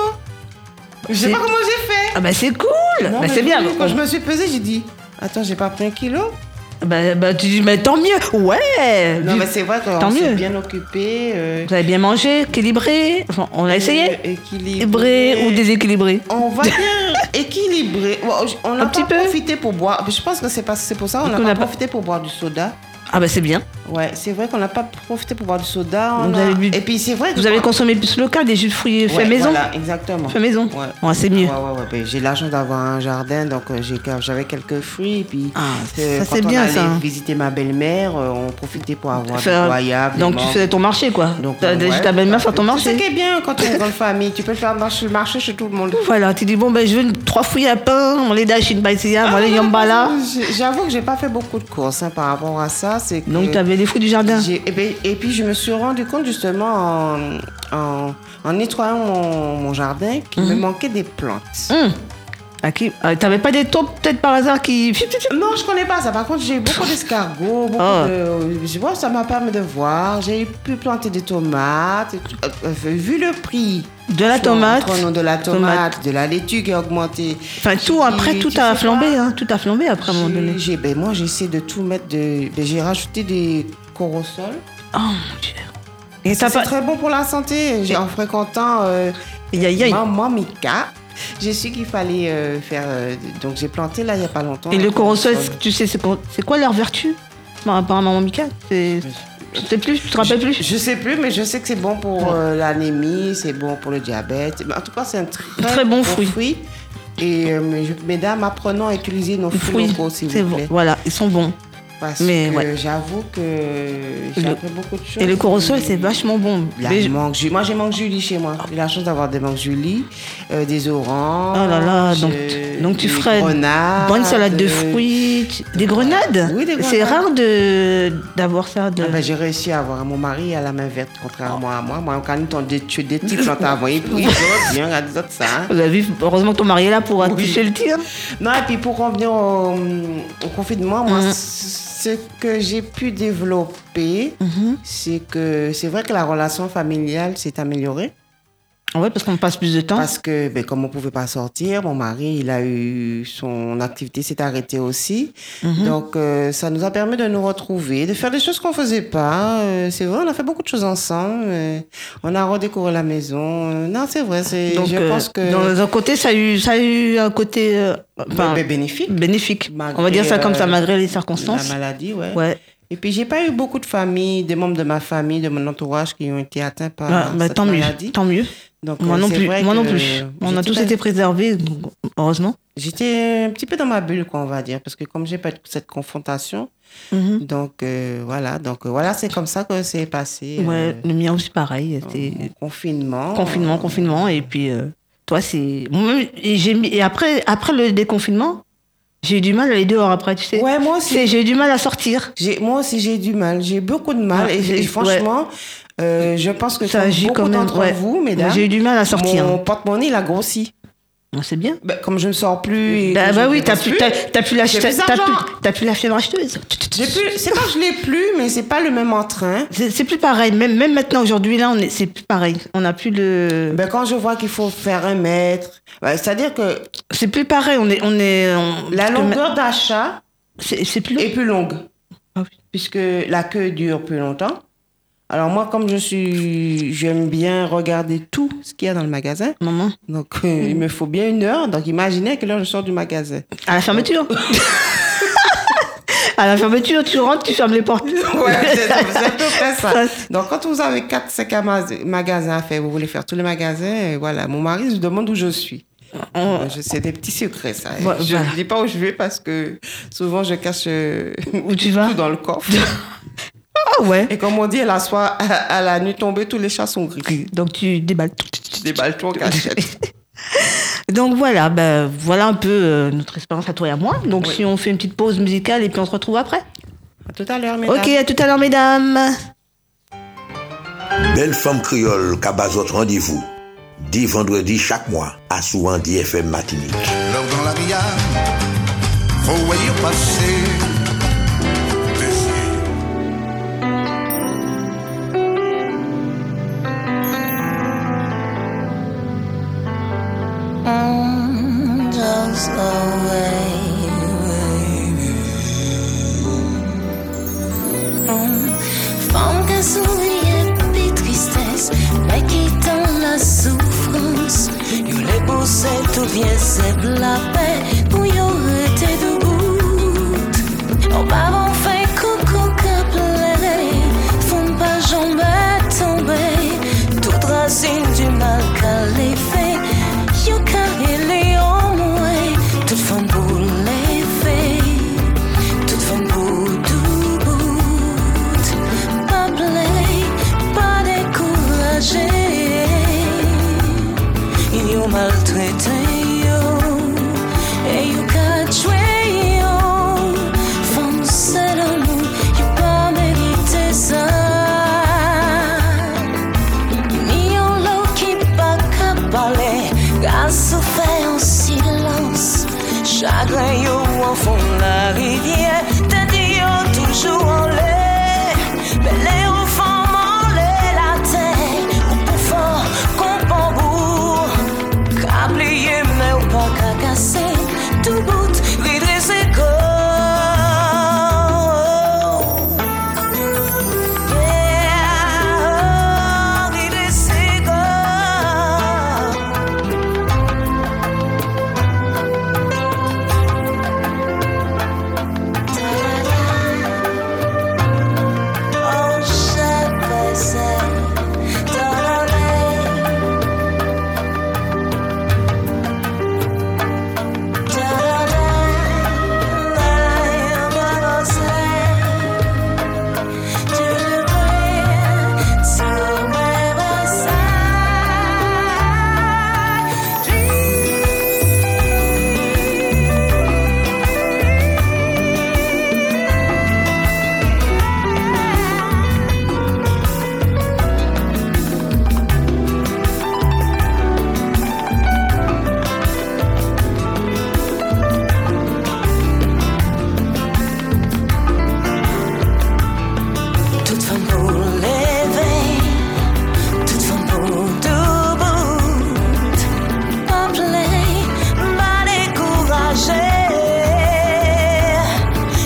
Speaker 3: Je sais
Speaker 2: C'est-
Speaker 3: pas comment j'ai fait.
Speaker 2: Ah bah c'est cool
Speaker 3: Non,
Speaker 2: Bah
Speaker 3: mais
Speaker 2: c'est bien
Speaker 3: oui, Quand je me suis pesée, j'ai dit Attends, j'ai pas pris un kilo.
Speaker 2: bah, bah, tu dis, mais tant mieux Ouais
Speaker 3: Non,
Speaker 2: Du-
Speaker 3: mais c'est vrai
Speaker 2: Tant
Speaker 3: qu'on s'est
Speaker 2: mieux.
Speaker 3: bien occupé. euh,
Speaker 2: Vous avez bien mangé, équilibré Enfin, on a essayé
Speaker 3: euh, Équilibré.
Speaker 2: Équilibré ou déséquilibré [laughs]
Speaker 3: On va bien équilibrer. Bon, je- On n'a
Speaker 2: Un
Speaker 3: pas
Speaker 2: petit peu.
Speaker 3: profité pour boire. Je pense que c'est pas- c'est pour ça qu'on
Speaker 2: Du
Speaker 3: n'a
Speaker 2: coup, on
Speaker 3: pas
Speaker 2: n'a pas-
Speaker 3: profité pour boire du soda.
Speaker 2: Ah bah c'est bien.
Speaker 3: Ouais, c'est vrai qu'on n'a pas profité pour boire du soda. on
Speaker 2: Donc, vous
Speaker 3: a-
Speaker 2: avez bu-
Speaker 3: Et puis c'est vrai que
Speaker 2: Vous avez consommé plus local, des jus de fruits
Speaker 3: Ouais,
Speaker 2: faits maison
Speaker 3: Voilà, exactement.
Speaker 2: Fait maison
Speaker 3: Ouais.
Speaker 2: Ouais, c'est mieux.
Speaker 3: Ouais, ouais, ouais. Ben, j'ai l'argent d'avoir un jardin, donc euh, j'ai- j'avais quelques fruits. Et puis,
Speaker 2: Ah,
Speaker 3: euh,
Speaker 2: ça,
Speaker 3: quand
Speaker 2: c'est
Speaker 3: on
Speaker 2: bien,
Speaker 3: allait
Speaker 2: ça.
Speaker 3: visiter ma belle-mère, euh, on profitait pour avoir
Speaker 2: Faire-
Speaker 3: des goyables.
Speaker 2: Donc
Speaker 3: des
Speaker 2: tu
Speaker 3: mangues.
Speaker 2: faisais ton marché quoi.
Speaker 3: Donc,
Speaker 2: T'as
Speaker 3: euh,
Speaker 2: déjà
Speaker 3: ouais.
Speaker 2: ta belle-mère faire ton
Speaker 3: C'est
Speaker 2: marché.
Speaker 3: ça qui est bien quand on est une grande famille. Tu peux le faire marcher, le marché chez tout le monde.
Speaker 2: Voilà, tu dis bon ben je veux une- trois fouilles à pain, on les dash une baïsia, on les
Speaker 3: Ah,
Speaker 2: yambala.
Speaker 3: J'ai- J'avoue que j'ai pas fait beaucoup de courses hein, par rapport à ça. C'est que-
Speaker 2: Donc tu avais des fruits du jardin.
Speaker 3: J'ai- Et, ben- et puis je me suis rendu compte justement en, en, en nettoyant mon, mon jardin qu'il
Speaker 2: Mhm.
Speaker 3: me manquait des plantes.
Speaker 2: Hum. Ah, qui- ah, T'avais pas des taupes peut-être par hasard qui.
Speaker 3: Non, je connais pas ça. Par contre, j'ai eu beaucoup d'escargots, beaucoup
Speaker 2: Ah.
Speaker 3: de. Je vois, ça m'a permis de voir. J'ai pu planter des tomates. et tout. Euh, euh, Vu le prix.
Speaker 2: De la
Speaker 3: sur-
Speaker 2: tomate.
Speaker 3: entre nous, de la tomate,
Speaker 2: Tomate.
Speaker 3: de la laitue qui a augmenté.
Speaker 2: Enfin tout
Speaker 3: J'ai-
Speaker 2: après tout
Speaker 3: tu
Speaker 2: a
Speaker 3: sais quoi
Speaker 2: flambé, hein, tout a flambé après à un moment donné.
Speaker 3: J'ai- j'ai- ben, moi, j'ai essayé de tout mettre. De, ben, j'ai rajouté des corosols.
Speaker 2: Oh mon dieu. Et
Speaker 3: Ça,
Speaker 2: t'as
Speaker 3: c'est
Speaker 2: pas.
Speaker 3: très bon pour la santé. J'ai- En fréquentant euh,
Speaker 2: Aïe, aïe, aïe.
Speaker 3: Maman Mika, j'ai su qu'il fallait euh, faire. euh, donc, j'ai planté là il n'y a pas longtemps.
Speaker 2: Et
Speaker 3: un
Speaker 2: le corosol,
Speaker 3: corosol.
Speaker 2: tu sais, c'est quoi- c'est quoi leur vertu Bah, par rapport à Maman Mika C'est. Tu sais plus, tu te rappelles plus
Speaker 3: Je sais plus, mais je sais que c'est bon pour euh, l'anémie, c'est bon pour le diabète. Mais En tout cas, c'est un très,
Speaker 2: Très bon fruit.
Speaker 3: Et euh, mes- mesdames, apprenons à utiliser nos
Speaker 2: Les
Speaker 3: fruits
Speaker 2: fruits,
Speaker 3: locaux, s'il
Speaker 2: c'est
Speaker 3: vous
Speaker 2: bon.
Speaker 3: plaît.
Speaker 2: Voilà, ils sont bons.
Speaker 3: Parce
Speaker 2: Mais
Speaker 3: que
Speaker 2: ouais.
Speaker 3: j'avoue que j'ai
Speaker 2: Le-
Speaker 3: appris beaucoup de choses.
Speaker 2: Et le corosol, c'est vachement bon.
Speaker 3: La
Speaker 2: Mais-
Speaker 3: mangue Julie. Moi, j'ai mangue Julie chez moi. J'ai la chance d'avoir des mangues Julie, euh, des oranges.
Speaker 2: Oh là là, donc,
Speaker 3: euh,
Speaker 2: donc tu
Speaker 3: des
Speaker 2: ferais
Speaker 3: grenades,
Speaker 2: une bonne salade de
Speaker 3: euh,
Speaker 2: fruits, tu- des grenades.
Speaker 3: Oui, des
Speaker 2: C'est
Speaker 3: grenades.
Speaker 2: rare de d'avoir ça. De...
Speaker 3: Ah ben, j'ai réussi à avoir mon mari à la main verte, contrairement à moi. Moi, quand on dit tu des types, on t'a
Speaker 2: [laughs]
Speaker 3: envoyé pour ils ont bien regardez ça, ça. hein.
Speaker 2: Vous avez vu, heureusement que ton mari est là pour afficher le tir.
Speaker 3: Non, et puis pour revenir au, mm, au confinement, moi,
Speaker 2: Mm.
Speaker 3: ce que j'ai pu développer,
Speaker 2: Mm-hmm.
Speaker 3: c'est que c'est vrai que la relation familiale s'est améliorée.
Speaker 2: Ouais, parce qu'on passe plus de temps.
Speaker 3: Parce que, ben, comme on pouvait pas sortir, mon mari, il a eu son activité s'est arrêtée aussi.
Speaker 2: Mhm.
Speaker 3: Donc, euh, ça nous a permis de nous retrouver, de faire des choses qu'on faisait pas. Euh, c'est vrai, on a fait beaucoup de choses ensemble. Euh, on a redécouvert la maison. Euh, non, c'est vrai. C'est,
Speaker 2: Donc,
Speaker 3: je
Speaker 2: euh,
Speaker 3: pense que
Speaker 2: dans un côté, ça a eu, ça a eu un côté euh, enfin,
Speaker 3: ben, bénéfique.
Speaker 2: bénéfique.
Speaker 3: Malgré,
Speaker 2: On va dire ça comme ça,
Speaker 3: euh,
Speaker 2: malgré les
Speaker 3: La
Speaker 2: circonstances.
Speaker 3: maladie, ouais.
Speaker 2: Ouais.
Speaker 3: Et puis, j'ai pas eu beaucoup de familles, des membres de ma famille, de mon entourage qui ont été atteints par
Speaker 2: Bah, bah,
Speaker 3: cette
Speaker 2: tant mieux,
Speaker 3: maladie.
Speaker 2: tant mieux.
Speaker 3: Donc,
Speaker 2: Moi
Speaker 3: euh,
Speaker 2: non
Speaker 3: c'est
Speaker 2: plus,
Speaker 3: vrai
Speaker 2: moi non
Speaker 3: que
Speaker 2: plus. On a
Speaker 3: j'étais
Speaker 2: tous
Speaker 3: pas-
Speaker 2: été préservés, donc, heureusement.
Speaker 3: J'étais un petit peu dans ma bulle, quoi, on va dire, parce que comme j'ai pas eu cette confrontation,
Speaker 2: Mhm.
Speaker 3: donc euh, voilà, donc euh, voilà, c'est comme ça que c'est passé.
Speaker 2: Ouais,
Speaker 3: euh,
Speaker 2: le mien aussi pareil. C'est
Speaker 3: mon confinement.
Speaker 2: confinement, confinement, et puis euh, toi c'est. moi-même, Et j'ai mis- et après après le déconfinement, j'ai eu du mal à aller dehors après, tu sais.
Speaker 3: Ouais, moi aussi.
Speaker 2: C'est- J'ai eu du mal à sortir.
Speaker 3: J'ai, moi aussi, j'ai du mal. J'ai beaucoup de mal.
Speaker 2: Ah,
Speaker 3: et, j'ai-
Speaker 2: j'ai-
Speaker 3: franchement, euh, je pense que
Speaker 2: Ça
Speaker 3: comme
Speaker 2: agit
Speaker 3: beaucoup
Speaker 2: quand même,
Speaker 3: d'entre
Speaker 2: ouais.
Speaker 3: vous, mesdames,
Speaker 2: J'ai eu du mal à sortir.
Speaker 3: mon porte-monnaie, il a grossi.
Speaker 2: On sait bien.
Speaker 3: Ben, comme je ne sors plus. et
Speaker 2: Bah,
Speaker 3: que
Speaker 2: bah
Speaker 3: je
Speaker 2: oui,
Speaker 3: ne
Speaker 2: t'as
Speaker 3: danse
Speaker 2: plus, t'as t'as plus la
Speaker 3: j'ai
Speaker 2: t'as-
Speaker 3: plus
Speaker 2: t'as
Speaker 3: d'argent.
Speaker 2: plus- t'as plus la fièvre acheteuse.
Speaker 3: J'ai plus, c'est pas que je l'ai plus, mais c'est pas le même entrain.
Speaker 2: C'est c'est plus pareil. Même même maintenant aujourd'hui là, on est c'est plus pareil. On n'a plus le.
Speaker 3: Ben, quand je vois qu'il faut faire un mètre, ben, c'est-à-dire que
Speaker 2: C'est plus pareil. On est on est. on-
Speaker 3: la
Speaker 2: parce que
Speaker 3: longueur d'achat,
Speaker 2: ma- C'est c'est plus.
Speaker 3: est plus longue.
Speaker 2: Ah oui.
Speaker 3: Puisque la queue dure plus longtemps. Alors moi, comme je suis, j'aime bien regarder tout ce qu'il y a dans le magasin.
Speaker 2: Maman.
Speaker 3: Donc euh,
Speaker 2: Mm-hmm.
Speaker 3: il me faut bien une heure. Donc imaginez à quelle heure je sors
Speaker 2: [laughs]
Speaker 3: du magasin.
Speaker 2: À la fermeture. à la fermeture, tu rentres, tu fermes les portes.
Speaker 3: [laughs] Ouais, c'est c'est à peu près ça.
Speaker 2: Ça, c'est-
Speaker 3: [laughs] Donc quand vous avez 4-5 magasins à faire, vous voulez faire tous les magasins, et voilà. Mon mari se demande où je suis.
Speaker 2: On-
Speaker 3: Je- C'est des petits secrets, ça.
Speaker 2: Ouais,
Speaker 3: je ne
Speaker 2: Mm-hmm. voilà.
Speaker 3: dis pas où je vais parce que souvent je cache euh,
Speaker 2: Où tu vas
Speaker 3: tout dans
Speaker 2: [laughs]
Speaker 3: le coffre.
Speaker 2: Ah ouais.
Speaker 3: Et comme on dit, la soie, à, à la nuit tombée, tous les chats sont gris.
Speaker 2: Donc tu déballes.
Speaker 3: Je déballe tout
Speaker 2: [laughs]
Speaker 3: en cachette.
Speaker 2: Donc voilà, ben, voilà un peu euh, notre expérience à toi et à moi. Donc si on fait une petite pause musicale et puis on se retrouve après.
Speaker 3: À tout à l'heure, mesdames.
Speaker 2: Ok, à tout à l'heure mesdames.
Speaker 4: Belle femme créole, Kabazot rendez-vous. 10 vendredis chaque mois, à souvent FM Matinique.
Speaker 7: L'heure dans la ria, faut voyez passer.
Speaker 8: Just away, Femme qu'un sourire de tristesse, mais qui dans la souffrance. Yo les poussait tout bien, c'est de la paix, pour yo été debout. On va en faire coucou que pleurer, font pas jamais tomber. Toute racine du mal qu'elle fait, yo carré en moins, toute femme pour les faits, toute femme pour tout bout. Pas play, pas découragé. Ils ont maltraité yo, et yo cachoué yo. Femme seule en nous, yo pas mérité ça. Ni en l'eau qui pas qu'à parler, qu'à souffler en silence. Chagrin yo au fond de la rivière, t'as dit yo toujours en l'air. Mais les enfants m'en l'air la terre, ou pour fort qu'on prend bout. Qu'à plier, mais ou pas qu'à casser, tout bout, redresser corps. Yeah, redresser corps. Oh, je sais, dans l'oreille. Dans l'oreille, on va danser. Tu le vois, sur mes ressens. Toute femme pour lever, toute femme pour tout bout. Pas play, pas découragé.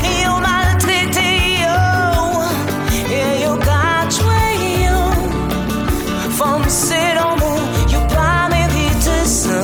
Speaker 8: Et on maltraité, yo. Et yo, gâchoué, yo. Femme, c'est l'amour, yo, pas mérité ça.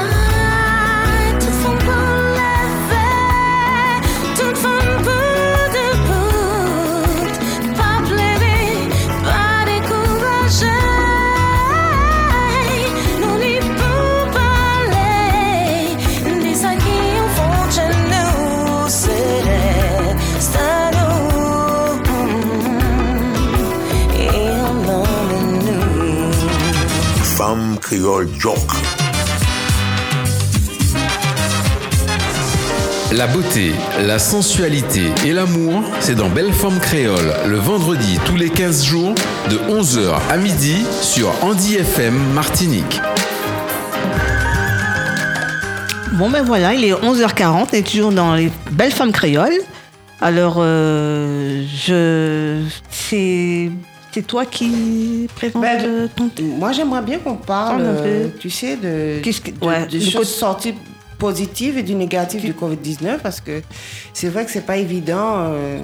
Speaker 8: Ah, toute femme pour lever, toute femme pour debout. Pas pleurer, pas décourager. Nous n'y pouvons parler. Des acquis au fond de nous, c'est à nous. Et on en nous.
Speaker 4: Femme créole joke.
Speaker 1: La beauté, la sensualité et l'amour, c'est dans Belle Forme Créole, le vendredi tous les 15 jours, de 11h à midi sur Andy FM Martinique.
Speaker 2: Bon ben voilà, il est 11h40 et toujours dans les belles femmes créoles. Alors, euh, je... c'est c'est toi qui présente
Speaker 9: Ben,
Speaker 2: euh, ton...
Speaker 9: Moi, j'aimerais bien qu'on parle,
Speaker 2: Parle un peu.
Speaker 9: euh, tu sais, de,
Speaker 2: Qu'est-ce que-
Speaker 9: de-
Speaker 2: ouais,
Speaker 9: des
Speaker 2: du
Speaker 9: choses
Speaker 2: côté-
Speaker 9: sorties positives et du négatif du Covid-19 parce que c'est vrai que c'est pas évident euh,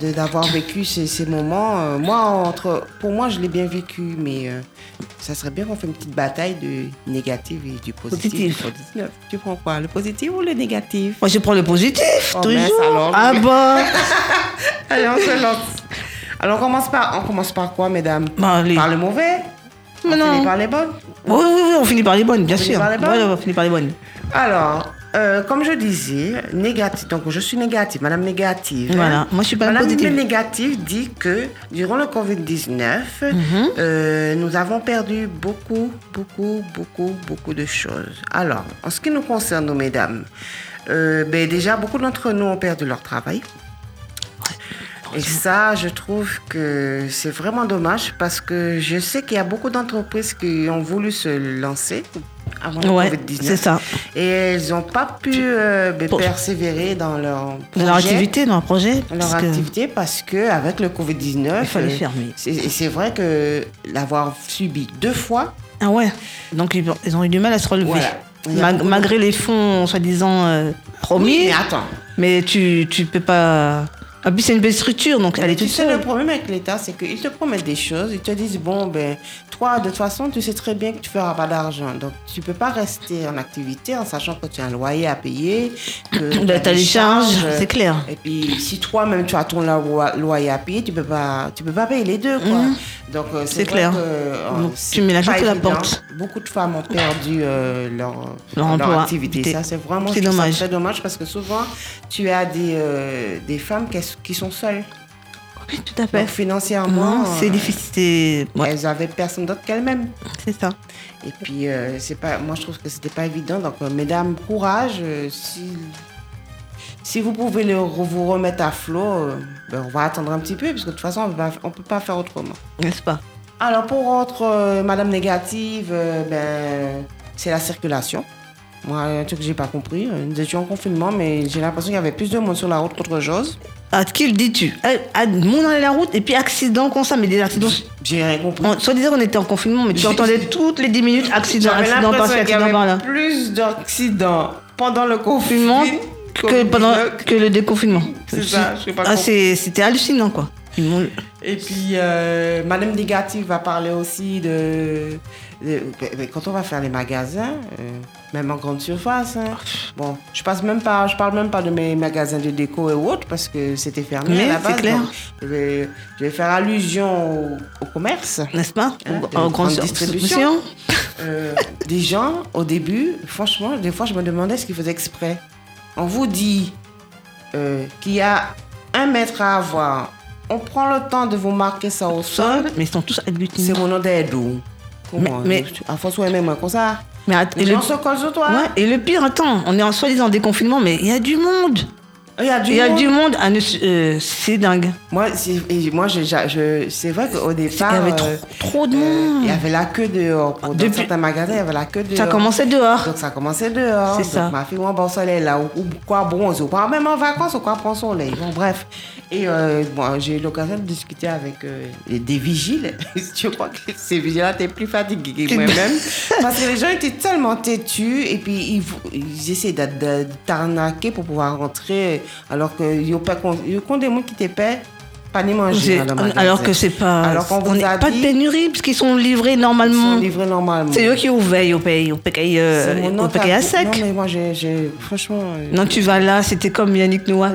Speaker 9: de- d'avoir vécu ces, ces moments. Euh, moi, entre, pour moi, je l'ai bien vécu, mais euh, ça serait bien qu'on fasse une petite bataille du négatif et du positif.
Speaker 2: Positif.
Speaker 9: du Covid-19. Tu prends quoi, le positif ou le négatif
Speaker 2: Moi, je prends le positif,
Speaker 9: Oh, mince,
Speaker 2: toujours.
Speaker 9: alors.
Speaker 2: Ah bon
Speaker 9: Allez, on se lance. Alors, on commence par, on commence par quoi, mesdames
Speaker 2: Bah, allez.
Speaker 9: Par le mauvais
Speaker 2: Mais
Speaker 9: On
Speaker 2: non.
Speaker 9: finit Par les bonnes
Speaker 2: Oui, oui, oui, on finit par les bonnes, bien
Speaker 3: finit
Speaker 2: sûr.
Speaker 3: par les bonnes
Speaker 2: Ouais, on finit par les bonnes.
Speaker 3: Alors, euh, comme je disais, négatif. Donc, je suis négative, Madame négative. hein.
Speaker 2: Voilà. Moi, je suis pas
Speaker 3: Madame
Speaker 2: positive.
Speaker 3: négative dit que durant le Covid-19,
Speaker 2: Mhm.
Speaker 3: euh, nous avons perdu beaucoup, beaucoup, beaucoup, beaucoup de choses. Alors, en ce qui nous concerne, nous, mesdames, euh, ben, déjà, beaucoup d'entre nous ont perdu leur travail. Et ça, je trouve que c'est vraiment dommage parce que je sais qu'il y a beaucoup d'entreprises qui ont voulu se lancer avant le
Speaker 2: Ouais,
Speaker 3: Covid-19.
Speaker 2: c'est ça.
Speaker 3: Et elles n'ont pas pu euh, ben,
Speaker 2: Pour-
Speaker 3: persévérer dans leur,
Speaker 2: Dans leur
Speaker 3: projet,
Speaker 2: activité, dans leur projet.
Speaker 3: dans
Speaker 2: parce
Speaker 3: leur
Speaker 2: que-
Speaker 3: activité parce que avec le Covid-19,
Speaker 2: Il fallait
Speaker 3: euh,
Speaker 2: fermer.
Speaker 3: c'est- Et c'est vrai que l'avoir subi deux fois,
Speaker 2: Ah ouais. Donc, ils ont- ils ont eu du mal à se relever.
Speaker 3: Voilà. Il y a
Speaker 2: Mag-
Speaker 3: beaucoup de-
Speaker 2: malgré les fonds, soi-disant, euh, promis.
Speaker 3: mais attends.
Speaker 2: mais tu, tu peux pas. En plus, c'est une belle structure, donc elle est
Speaker 3: tu
Speaker 2: toute
Speaker 3: sais, le
Speaker 2: seule.
Speaker 3: problème avec l'État, c'est qu'ils te promettent des choses, ils te disent, bon, ben, toi, de toute façon, tu sais très bien que tu feras pas d'argent. Donc, tu peux pas rester en activité en sachant que tu as un loyer à payer,
Speaker 2: [laughs]
Speaker 3: que
Speaker 2: Bah, t'as
Speaker 3: des
Speaker 2: les charges, c'est clair.
Speaker 3: Et puis, si toi-même, tu as ton lo- loyer à payer, tu peux pas, tu peux pas payer les deux, quoi. Donc, euh,
Speaker 2: Mhm. C'est
Speaker 3: c'est
Speaker 2: clair.
Speaker 3: clair. Que, euh,
Speaker 2: Donc,
Speaker 3: c'est
Speaker 2: tu mets la
Speaker 3: pas
Speaker 2: clé sous la
Speaker 3: évident.
Speaker 2: porte.
Speaker 3: Beaucoup de femmes ont perdu euh, leur,
Speaker 2: Leur emploi.
Speaker 3: activité. Ça, c'est vraiment
Speaker 2: C'est
Speaker 3: je trouve ça
Speaker 2: dommage.
Speaker 3: très dommage parce que souvent, tu as des, euh, des femmes qui, qui sont seules.
Speaker 2: Oui, tout à fait.
Speaker 3: Donc, financièrement,
Speaker 2: Non, c'est
Speaker 3: euh,
Speaker 2: difficile. c'est- Ouais,
Speaker 3: Elles avaient personne d'autre qu'elles-mêmes.
Speaker 2: c'est ça.
Speaker 3: Et puis, euh, c'est pas, moi, je trouve que c'était pas évident. Donc, euh, mesdames, courage. euh, si, si vous pouvez le- vous remettre à flot, euh, ben, on va attendre un petit peu, parce que de toute façon, on va- on peut pas faire autrement.
Speaker 2: N'est-ce pas
Speaker 3: Alors, pour autre, euh, madame négative, euh, ben, c'est la circulation. Moi, un truc que j'ai pas compris. euh, Nous étions en confinement, mais j'ai l'impression qu'il y avait plus de monde sur la route qu'autre chose.
Speaker 2: À qui le Ah, dis-tu à, à Mon dans la route, et puis accident comme ça, mais des accidents.
Speaker 3: J'ai rien compris.
Speaker 2: On- Soit disant qu'on était en confinement, mais tu
Speaker 3: [laughs] J'ai-
Speaker 2: entendais toutes les 10 minutes accident,
Speaker 3: J'avais
Speaker 2: accident par-ci,
Speaker 3: l'impression qu'il y
Speaker 2: accident par-là.
Speaker 3: avait plus d'accidents pendant le confinement
Speaker 2: Confinement que, pendant, que le déconfinement.
Speaker 3: C'est ça, je sais pas
Speaker 2: Ah, c'est- C'était hallucinant, quoi. Ils m'ont-
Speaker 3: Et puis, euh, Madame Négative va parler aussi de, de- ben, ben, quand on va faire les magasins, euh, même en grande surface. hein. Bon, je passe même pas, je parle même pas de mes magasins de déco et autres parce que c'était fermé
Speaker 2: Mais
Speaker 3: à la
Speaker 2: c'est
Speaker 3: base.
Speaker 2: clair.
Speaker 3: donc je, vais, je vais faire allusion au, au commerce.
Speaker 2: N'est-ce pas
Speaker 3: Hein,
Speaker 2: En
Speaker 3: de
Speaker 2: grande
Speaker 3: grande
Speaker 2: distribution.
Speaker 3: distribution. Euh, des gens, au début, franchement, des fois, je me demandais ce qu'ils faisaient exprès. On vous dit euh, qu'il y a un mètre à avoir. On prend le temps de vous marquer ça au sol.
Speaker 2: Mais ils sont tous agglutinés.
Speaker 3: C'est mon nom d'aide ou. Comment
Speaker 2: Mais- mais-
Speaker 3: À force, ouais, même, comme ça.
Speaker 2: Mais att-
Speaker 3: Les
Speaker 2: et le-
Speaker 3: gens se collent sur toi.
Speaker 2: Ouais, et le pire, attends, on est en soi-disant déconfinement, mais il y a du monde.
Speaker 3: Il y a du
Speaker 2: Il y a
Speaker 3: monde.
Speaker 2: du monde. à ne- euh, c'est dingue.
Speaker 3: Moi, c'est- et moi je, j'a- je- c'est vrai qu'au départ.
Speaker 2: il y avait
Speaker 3: euh,
Speaker 2: trop, trop de
Speaker 3: euh,
Speaker 2: monde.
Speaker 3: il y avait la queue dehors. Pour- Dans
Speaker 2: Depuis-
Speaker 3: certains magasins, il y avait la queue dehors.
Speaker 2: Ça commençait dehors.
Speaker 3: Donc ça a commencé dehors. hein.
Speaker 2: C'est
Speaker 3: Donc,
Speaker 2: ça.
Speaker 3: Ma fille, moi, bon soleil là, ou, ou quoi bronze, ou quoi, même en vacances, ou quoi prend soleil. Bon, bref. Et euh, moi, j'ai eu l'occasion de discuter avec euh, des vigiles. [laughs] Je crois que ces vigiles-là étaient plus fatigués que
Speaker 2: [laughs]
Speaker 3: moi-même. parce que les gens étaient tellement têtus et puis ils, vou- ils essaient de, de- de t'arnaquer pour pouvoir rentrer alors qu'il y a pas qu'on- il y a qu'on des gens qui te paient pas ni
Speaker 2: C'est-
Speaker 3: manger. dans le magasin.
Speaker 2: alors que c'est pas.
Speaker 3: Alors qu'on
Speaker 2: on
Speaker 3: vous a
Speaker 2: n'est pas
Speaker 3: dit-
Speaker 2: de pénurie, parce qu'ils sont livrés
Speaker 3: Ils sont
Speaker 2: normalement.
Speaker 3: livrés normalement.
Speaker 2: C'est eux qui ouvrent au pays, au pays,
Speaker 3: C'est mon nom
Speaker 2: à
Speaker 3: qui a-
Speaker 2: sec.
Speaker 3: Non, mais moi, j'ai- j'ai. Franchement. euh,
Speaker 2: Non, tu vas là, c'était comme Yannick Noah.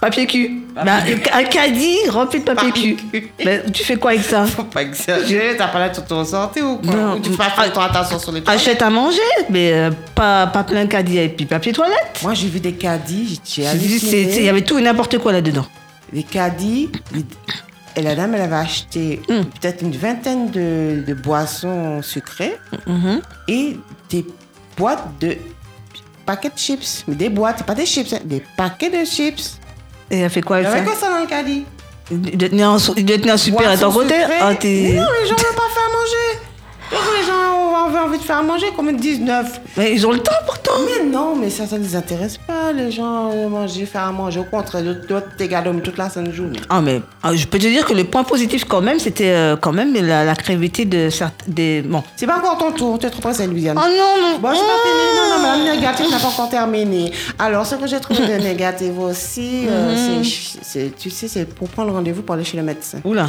Speaker 2: Papier cul. Bah, un caddie rempli de papier
Speaker 3: Papier [laughs]
Speaker 2: cul. Bah, tu fais quoi avec ça
Speaker 3: Faut pas exagérer, t'as pas l'air de t'en sortir ou quoi
Speaker 2: Non. Ah,
Speaker 3: Ou tu passes ton temps attention sur les toilettes
Speaker 2: Achète à manger, mais euh, pas, pas plein de caddies et puis papier toilette.
Speaker 3: Moi j'ai vu des caddies, j'ai
Speaker 2: Je dis, c'est- c'est- Il y
Speaker 3: halluciné.
Speaker 2: avait tout et n'importe quoi là-dedans.
Speaker 3: Des caddies, il- et la dame elle avait acheté
Speaker 2: Mm.
Speaker 3: peut-être une vingtaine de, de boissons sucrées
Speaker 2: Mm-hmm.
Speaker 3: et des boîtes de paquets de chips. Mais des boîtes, pas des chips, hein, des paquets de chips.
Speaker 2: Et elle fait quoi
Speaker 3: Il y
Speaker 2: avec
Speaker 3: avait
Speaker 2: ça
Speaker 3: quoi ça dans le caddie
Speaker 2: Il doit tenir un sou- il doit tenir un super à ton
Speaker 3: Boisson
Speaker 2: côté.
Speaker 3: sucrée.
Speaker 2: Ah,
Speaker 3: Mais
Speaker 2: t'es-
Speaker 3: non, les gens n'ont pas fait à manger. Donc, les gens ont envie de faire à manger, comme 19.
Speaker 2: Mais ils ont le temps pourtant.
Speaker 3: Mais non, mais ça, ça ne les intéresse pas, les gens, euh, manger, faire à manger. Au contraire, d'autres- d'autres t'es gardé toute la sainte journée.
Speaker 2: Ah, mais ah, je peux te dire que le point positif quand même, c'était euh, quand même la, la crévité de certains. Des... Bon.
Speaker 3: C'est pas encore ton tour, t'es trop pressée, Louisiane.
Speaker 2: Oh non, non.
Speaker 3: Bon, je pas fini. Non, non, mais la négative n'a pas encore terminé. Alors, ce que j'ai
Speaker 2: [laughs]
Speaker 3: trouvé de négatif
Speaker 2: Mhm.
Speaker 3: aussi, euh, c'est- c'est- tu sais, c'est pour prendre rendez-vous pour aller chez le médecin.
Speaker 2: Oula.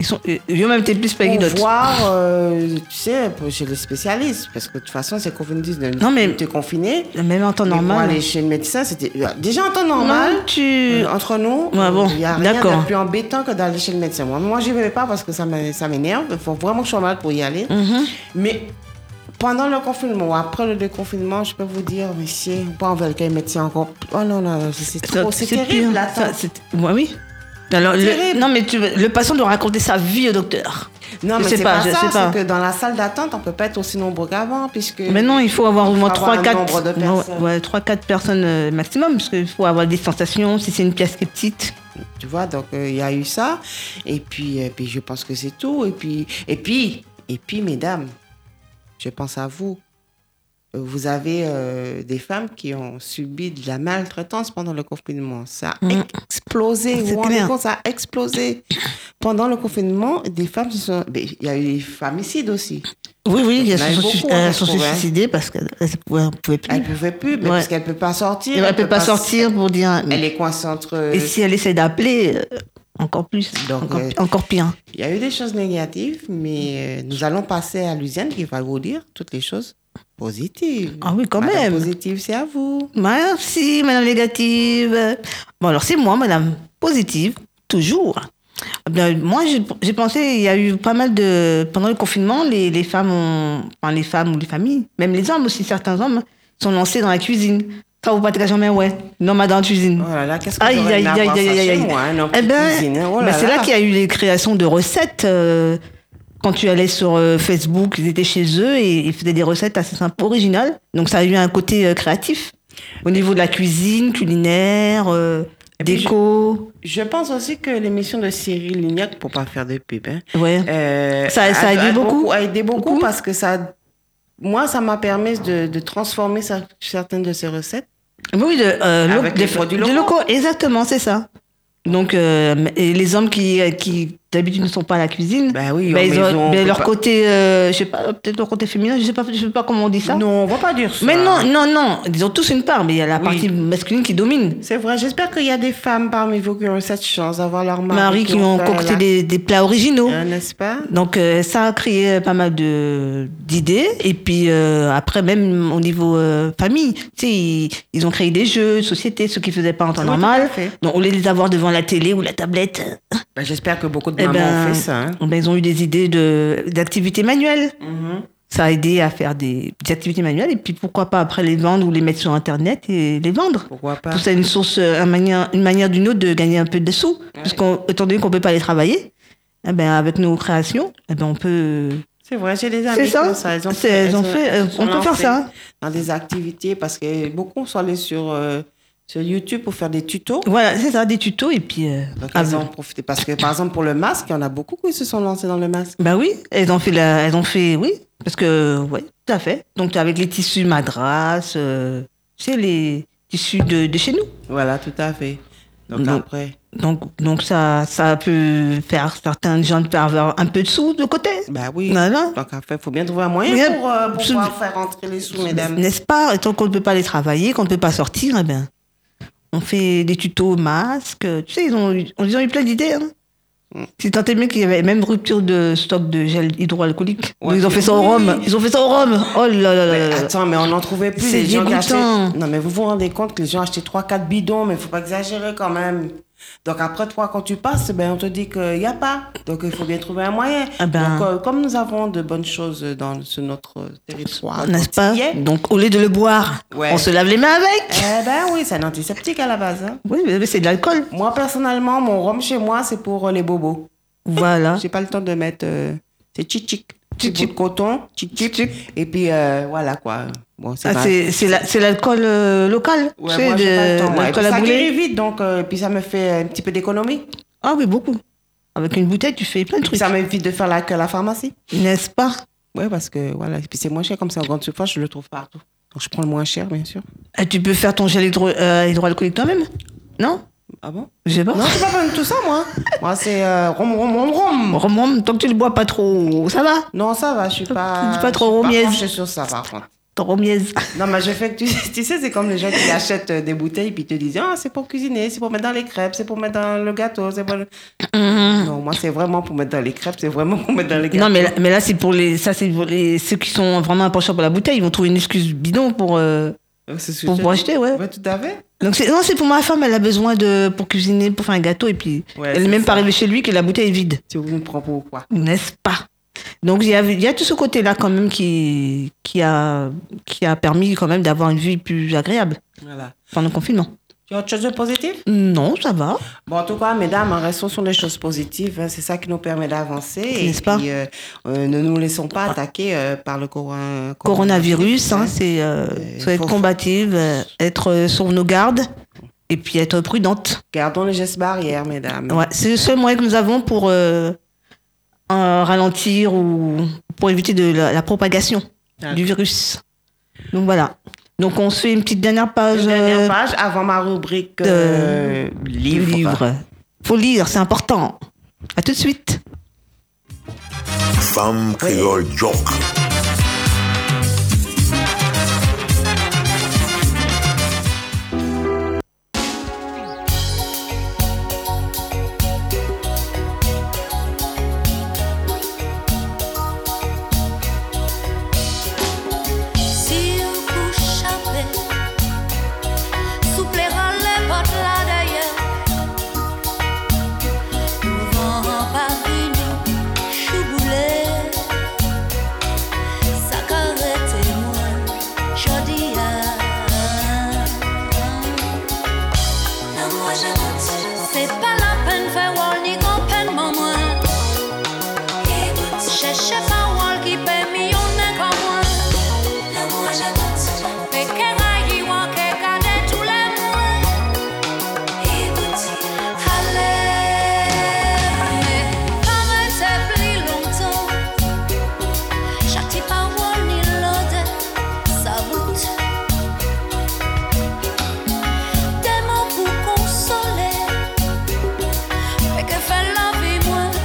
Speaker 2: Ils sont, euh, ils ont même été plus payés
Speaker 3: Pour
Speaker 2: d'autres.
Speaker 3: voir, euh, tu sais, pour- chez le spécialiste. Parce que de toute façon, c'est qu'on dit de
Speaker 2: Non, mais-
Speaker 3: t'es confiné.
Speaker 2: Même en temps
Speaker 3: Mais
Speaker 2: normal.
Speaker 3: Pour aller chez le médecin, c'était. euh, Déjà en temps
Speaker 2: Non,
Speaker 3: normal.
Speaker 2: tu.
Speaker 3: Euh, Entre nous,
Speaker 2: Ouais, bon,
Speaker 3: il n'y a rien
Speaker 2: d'accord.
Speaker 3: de plus embêtant que d'aller chez le médecin. Moi, moi je vais pas parce que ça me- ça m'énerve. Il faut vraiment que je sois malade pour y aller.
Speaker 2: Mhm.
Speaker 3: Mais pendant le confinement, après le déconfinement, je peux vous dire, monsieur, pas envers le médecin encore. Oh non, non, c'est- c'est
Speaker 2: Ça,
Speaker 3: trop. C'est
Speaker 2: c'est pire.
Speaker 3: terrible, l'attente.
Speaker 2: Ça, c'est- Ouais, oui. Alors, le-
Speaker 3: Terrible.
Speaker 2: non, mais tu veux- le patient doit raconter sa vie au docteur.
Speaker 3: Non,
Speaker 2: Je
Speaker 3: mais
Speaker 2: sais
Speaker 3: c'est
Speaker 2: pas,
Speaker 3: pas,
Speaker 2: je sais
Speaker 3: ça.
Speaker 2: pas.
Speaker 3: C'est que dans la salle d'attente, on peut pas être aussi nombreux qu'avant, puisque.
Speaker 2: Mais non, il faut avoir au moins
Speaker 3: faut avoir
Speaker 2: 3
Speaker 3: un nombre
Speaker 2: 4
Speaker 3: de personnes.
Speaker 2: ouais, 3 4 personnes euh, maximum parce qu'il faut avoir des sensations si c'est une pièce qui est petite.
Speaker 3: Tu vois, donc euh, il y a eu ça. Et puis, euh, puis je pense que c'est tout. Et puis, et puis, et puis, mesdames, je pense à vous. Euh, Vous avez euh, des femmes qui ont subi de la maltraitance pendant le confinement. Ça a explosé. Vous
Speaker 2: Mm, C'est
Speaker 3: vous rendez
Speaker 2: clair.
Speaker 3: compte, ça a explosé. Pendant le confinement, des femmes se sont. ben, Il y a eu des femicides aussi.
Speaker 2: Oui oui,
Speaker 3: Il y en a
Speaker 2: elles
Speaker 3: eu
Speaker 2: se
Speaker 3: beaucoup,
Speaker 2: sont,
Speaker 3: hein,
Speaker 2: elles
Speaker 3: je
Speaker 2: sont
Speaker 3: trouve, hein.
Speaker 2: suicidées parce euh, qu'elles ne pouvaient, pouvaient plus.
Speaker 3: Elle ne
Speaker 2: Elle
Speaker 3: pouvait plus, mais
Speaker 2: Mm. Ouais.
Speaker 3: parce qu'elle ne peut pas sortir.
Speaker 2: ne peut pas sortir pour dire. euh,
Speaker 3: Elle est coincée entre. euh,
Speaker 2: Et si elle essaie d'appeler, euh, encore plus,
Speaker 3: Donc,
Speaker 2: encore,
Speaker 3: euh,
Speaker 2: encore pire.
Speaker 3: Il y a eu des choses négatives, mais euh, nous allons passer à Lucienne qui va vous dire toutes les choses positives.
Speaker 2: Ah oui, quand
Speaker 3: Madame
Speaker 2: même.
Speaker 3: Positive, c'est à vous.
Speaker 2: Merci, Bah, Madame Négative. Bon, alors c'est moi, Madame Positive, toujours. Eh bien, moi, j'ai- j'ai pensé, il y a eu pas mal de... Pendant le confinement, les, les femmes ont... Enfin, les femmes ou les familles, même les hommes aussi, certains hommes, sont lancés dans la cuisine. Ça, vous pas très jamais, ouais. Non, madame, cuisine.
Speaker 3: Oh là là, qu'est-ce que
Speaker 2: Aïe,
Speaker 3: j'aurais
Speaker 2: aïe,
Speaker 3: aimé
Speaker 2: aïe,
Speaker 3: avoir
Speaker 2: aïe,
Speaker 3: ça
Speaker 2: aïe,
Speaker 3: chez
Speaker 2: aïe.
Speaker 3: moi, hein, dans
Speaker 2: Eh
Speaker 3: petite
Speaker 2: ben,
Speaker 3: cuisine, hein. Oh
Speaker 2: ben,
Speaker 3: là
Speaker 2: c'est
Speaker 3: là.
Speaker 2: là qu'il y a eu les créations de recettes. euh, quand tu allais sur euh, Facebook, ils étaient chez eux et ils faisaient des recettes assez simples, originales. Donc ça a eu un côté euh, créatif au niveau de la cuisine, culinaire, euh,
Speaker 3: puis,
Speaker 2: déco.
Speaker 3: Je pense aussi que l'émission de Cyril Lignac, pour pas faire de pub, hein,
Speaker 2: Ouais.
Speaker 3: euh,
Speaker 2: Ça- ça a aidé beaucoup
Speaker 3: a aidé beaucoup,
Speaker 2: Beaucoup
Speaker 3: parce que ça, moi, ça m'a permis de, de transformer cer- certaines de ses recettes.
Speaker 2: Mais oui, de, euh, lo-
Speaker 3: Avec les produits
Speaker 2: de
Speaker 3: locaux.
Speaker 2: exactement, c'est ça. Donc euh, et les hommes qui, euh, qui d'habitude ne sont pas à la cuisine,
Speaker 3: Ben oui,
Speaker 2: ben,
Speaker 3: en
Speaker 2: ils ont-
Speaker 3: maison, on
Speaker 2: ben,
Speaker 3: peut
Speaker 2: leur
Speaker 3: pas-
Speaker 2: côté, euh, je sais pas, peut-être leur côté féminin, je sais pas, je sais pas comment on dit ça.
Speaker 3: Non, on va pas dire ça.
Speaker 2: Mais non, non, non, ils ont tous une part, mais il y a la
Speaker 3: Oui.
Speaker 2: partie masculine qui domine.
Speaker 3: C'est vrai, j'espère qu'il y a des femmes parmi vous qui ont eu cette chance d'avoir leur mari.
Speaker 2: Marie qui ont
Speaker 3: fait
Speaker 2: concocté
Speaker 3: la-
Speaker 2: des, des plats originaux.
Speaker 3: Hein, N'est-ce pas
Speaker 2: Donc euh, ça a créé pas mal de d'idées et puis euh, après même au niveau euh, famille, tu sais ils, ils ont créé des jeux, sociétés, ce qu'ils faisaient pas en temps
Speaker 3: Oui, tout à
Speaker 2: normal.
Speaker 3: fait.
Speaker 2: Donc au lieu de les avoir devant la télé ou la tablette,
Speaker 3: Ben, J'espère que beaucoup de
Speaker 2: eh
Speaker 3: mamans
Speaker 2: ben,
Speaker 3: ont fait ça. hein.
Speaker 2: ben, ils ont eu des idées de d'activités manuelles.
Speaker 3: Mm. Mhm.
Speaker 2: Ça a aidé à faire des, des activités manuelles et puis pourquoi pas après les vendre ou les mettre sur internet et les vendre.
Speaker 3: Pourquoi pas
Speaker 2: Pour ça, une source, euh, un manière- une manière d'une autre de gagner un peu de sous. Parce qu'étant donné qu'on peut pas les travailler, eh ben, avec nos créations, eh ben, on peut.
Speaker 3: C'est vrai, j'ai des
Speaker 2: C'est
Speaker 3: amis
Speaker 2: ça.
Speaker 3: comme ça. Elles ont
Speaker 2: C'est-
Speaker 3: fait,
Speaker 2: elles ont
Speaker 3: ont-
Speaker 2: fait- elles-
Speaker 3: se sont
Speaker 2: on peut faire
Speaker 3: lancées
Speaker 2: ça.
Speaker 3: Dans des activités, parce que beaucoup sont allés sur, euh, sur YouTube pour faire des tutos.
Speaker 2: Voilà, c'est ça, des tutos et puis. euh,
Speaker 3: Donc,
Speaker 2: ah,
Speaker 3: elles ont profité. Parce que, par exemple, pour le masque, il y en a beaucoup qui se sont lancés dans le masque.
Speaker 2: Bah oui, elles ont fait, la, elles ont fait, oui, parce que, oui, tout à fait. Donc, avec les tissus madras, euh, tu sais, les tissus de, de chez nous.
Speaker 3: Voilà, tout à fait. Donc,
Speaker 2: Non.
Speaker 3: après,
Speaker 2: Donc, donc ça, ça peut faire certaines gens peuvent avoir un peu de sous de côté.
Speaker 3: bah oui.
Speaker 2: Voilà.
Speaker 3: Donc, il faut bien trouver un moyen
Speaker 2: Oui,
Speaker 3: pour, euh, pour
Speaker 2: absolument.
Speaker 3: pouvoir faire rentrer les sous, mesdames.
Speaker 2: N'est-ce pas Tant qu'on ne peut pas les travailler, qu'on ne peut pas sortir, eh ben, on fait des tutos masques. Tu sais, ils ont, eu- ils ont eu plein d'idées. Hein.
Speaker 3: Mm.
Speaker 2: C'est tant et bien qu'il y avait même rupture de stock de gel hydroalcoolique.
Speaker 3: Ouais,
Speaker 2: ils ont
Speaker 3: mais
Speaker 2: fait ça au
Speaker 3: oui.
Speaker 2: Rhum. Ils ont fait ça au Rhum. Oh là là là là
Speaker 3: Mais
Speaker 2: là.
Speaker 3: attends, mais on n'en trouvait plus.
Speaker 2: C'est
Speaker 3: les gens qui
Speaker 2: dégoûtant.
Speaker 3: achetaient- Non, mais vous vous rendez compte que les gens achetaient 3-4 bidons, mais il faut pas exagérer quand même. Donc après toi, quand tu passes, ben, on te dit qu'il n'y a pas. Donc il faut bien trouver un moyen.
Speaker 2: Ah ben.
Speaker 3: Donc euh, comme nous avons de bonnes choses dans ce- notre euh, territoire,
Speaker 2: N'est-ce
Speaker 3: quand
Speaker 2: pas
Speaker 3: il y est,
Speaker 2: Donc, au lieu de le boire,
Speaker 3: Ouais.
Speaker 2: on se lave les mains avec.
Speaker 3: Eh ben oui, c'est un antiseptique à la base. hein.
Speaker 2: Oui, mais mais c'est de l'alcool.
Speaker 3: Moi personnellement, mon rhum chez moi, c'est pour euh, les bobos.
Speaker 2: Voilà.
Speaker 3: J'ai pas le temps de mettre. euh, c'est tchitchik.
Speaker 2: Tchitchik.
Speaker 3: Tchitchik. coton, tchitchik. Et puis euh, voilà quoi. Bon,
Speaker 2: [laughs]
Speaker 3: c'est
Speaker 2: Ah,
Speaker 3: pas-
Speaker 2: c'est c'est la- c'est l'alcool euh, local.
Speaker 3: Ouais,
Speaker 2: tu sais,
Speaker 3: moi, j'ai pas le temps,
Speaker 2: de-
Speaker 3: moi. Et puis,
Speaker 2: l'alcool à
Speaker 3: ça
Speaker 2: boulet.
Speaker 3: guérit vite, donc, euh, puis ça me fait un petit peu d'économie.
Speaker 2: Ah oui, beaucoup. Avec une bouteille, tu fais plein de trucs.
Speaker 3: Puis ça m'évite de faire la queue à la pharmacie.
Speaker 2: N'est-ce pas
Speaker 3: Ouais, parce que voilà. Et puis c'est moins cher, comme c'est en grande surface, je le trouve partout. Donc je prends le moins cher, bien sûr.
Speaker 2: Et Ah, tu peux faire ton gel hydro, euh, hydroalcoolique toi-même Non
Speaker 3: Ah bon
Speaker 2: Je sais pas.
Speaker 3: Non, je pas besoin de tout ça, moi. Moi, c'est euh, rom, rom, rom, rom.
Speaker 2: Rhum, rhum, tant que tu le bois pas trop, ça va.
Speaker 3: Non, ça va, je suis pas.
Speaker 2: Pas trop
Speaker 3: je suis
Speaker 2: romiaise.
Speaker 3: pas penchée sur ça, par contre.
Speaker 2: trop [laughs] miaise.
Speaker 3: Non, mais je fais que tu, [laughs] tu sais, c'est comme les gens qui achètent euh, des bouteilles puis ils te disent Ah, c'est pour cuisiner, c'est pour mettre dans les crêpes, c'est pour mettre dans le gâteau, c'est pour. le- Non, moi, c'est vraiment pour mettre dans les crêpes, c'est vraiment pour mettre dans les
Speaker 2: Mhm.
Speaker 3: gâteaux.
Speaker 2: Non, mais là, mais là, c'est pour les, ça, c'est pour les, ceux qui sont vraiment penchants pour la bouteille. Ils vont trouver une excuse bidon pour. euh,
Speaker 3: C'est ce que
Speaker 2: pour
Speaker 3: je te
Speaker 2: vous
Speaker 3: dis.
Speaker 2: acheter, ouais.
Speaker 3: Ouais, tout à fait.
Speaker 2: Donc c'est, non, c'est pour ma femme. Elle a besoin de pour cuisiner, pour faire un gâteau et puis
Speaker 3: Ouais,
Speaker 2: elle
Speaker 3: c'est
Speaker 2: n'est même pas
Speaker 3: ça.
Speaker 2: arrivée chez lui que la bouteille est vide,
Speaker 3: Tu me prends pour quoi
Speaker 2: n'est-ce pas Donc il y a, il y a tout ce côté-là quand même qui qui a qui a permis quand même d'avoir une vie plus agréable
Speaker 3: Voilà.
Speaker 2: pendant le confinement.
Speaker 3: Tu as autre chose de positif
Speaker 2: Non, ça va.
Speaker 3: Bon, en tout cas, mesdames, hein, restons sur les choses positives. hein, C'est ça qui nous permet d'avancer. Et
Speaker 2: N'est-ce pas
Speaker 3: puis, euh, euh, ne nous laissons pas attaquer euh, par le coron-
Speaker 2: Coronavirus, hein,
Speaker 3: hein.
Speaker 2: c'est euh,
Speaker 3: il
Speaker 2: faut être
Speaker 3: faut-
Speaker 2: combative, euh, être euh, sur nos gardes et puis être prudente.
Speaker 3: Gardons les gestes barrières, mesdames.
Speaker 2: Ouais, c'est le seul moyen que nous avons pour euh, euh, ralentir ou pour éviter de la, la propagation du virus. Donc voilà. Donc on se fait une petite dernière page,
Speaker 3: Une
Speaker 2: euh,
Speaker 3: dernière page avant ma rubrique euh,
Speaker 2: du
Speaker 3: livre.
Speaker 2: livre. Faut lire, c'est important. À tout de suite.
Speaker 4: Femme créole joke.
Speaker 8: Si yo pou chante Sou ple ran le pot la daye Nou van pa vini Chouboule Sa karete mwen Jodi ya ah. Nan mwen je mouti Se pa la pen fe wol ni kon pen man mwen Chèche pa wol ki pe mi yon ne kon mwen Pe ke rayi wan ke gade tou le mwen Ale Pare te pli lontan Chak ti parol ni lode Sa vout Teman pou konsole Pe ke fe la vi mwen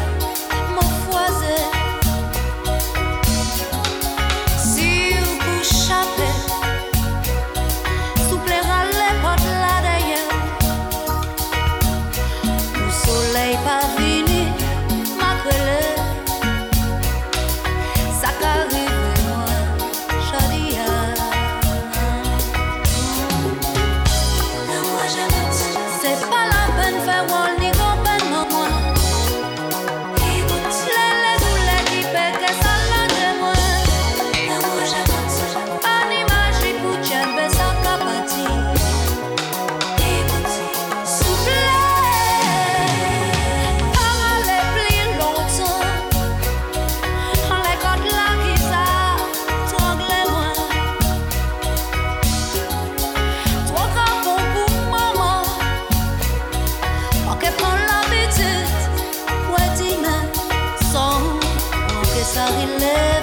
Speaker 8: Mwen fwaze Si ou pou chape Sou ple rale pot la daye Ou soley pa vini Makrele Sa ka rive mwen Chodia ah. Se pa la pen fe wol ni gopen mwen mwen Le le doule ki peke sa la de mwen Anima j'ai couché un besant capati Soufflé Par les plis longtemps En les côtes là qui ça Tranglais moi Trois crampons pour maman Ok prends l'habitude Ouais dis-moi Sans que ça relève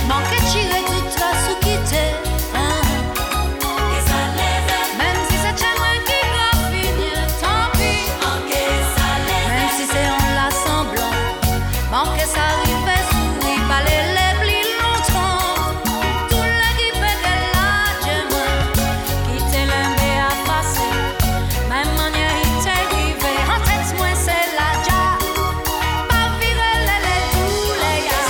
Speaker 8: Manke chire tout tras ou kite hein. Mem si se chen mwen ki ka finye Tanpi Mem si se an la semblan Manke sa ripe souri Pale le pli lontran Tout le ki peke la jemen Kite lembe a pase Mem manye ite rive An tet mwen se la ja Pa vire le le tou le ya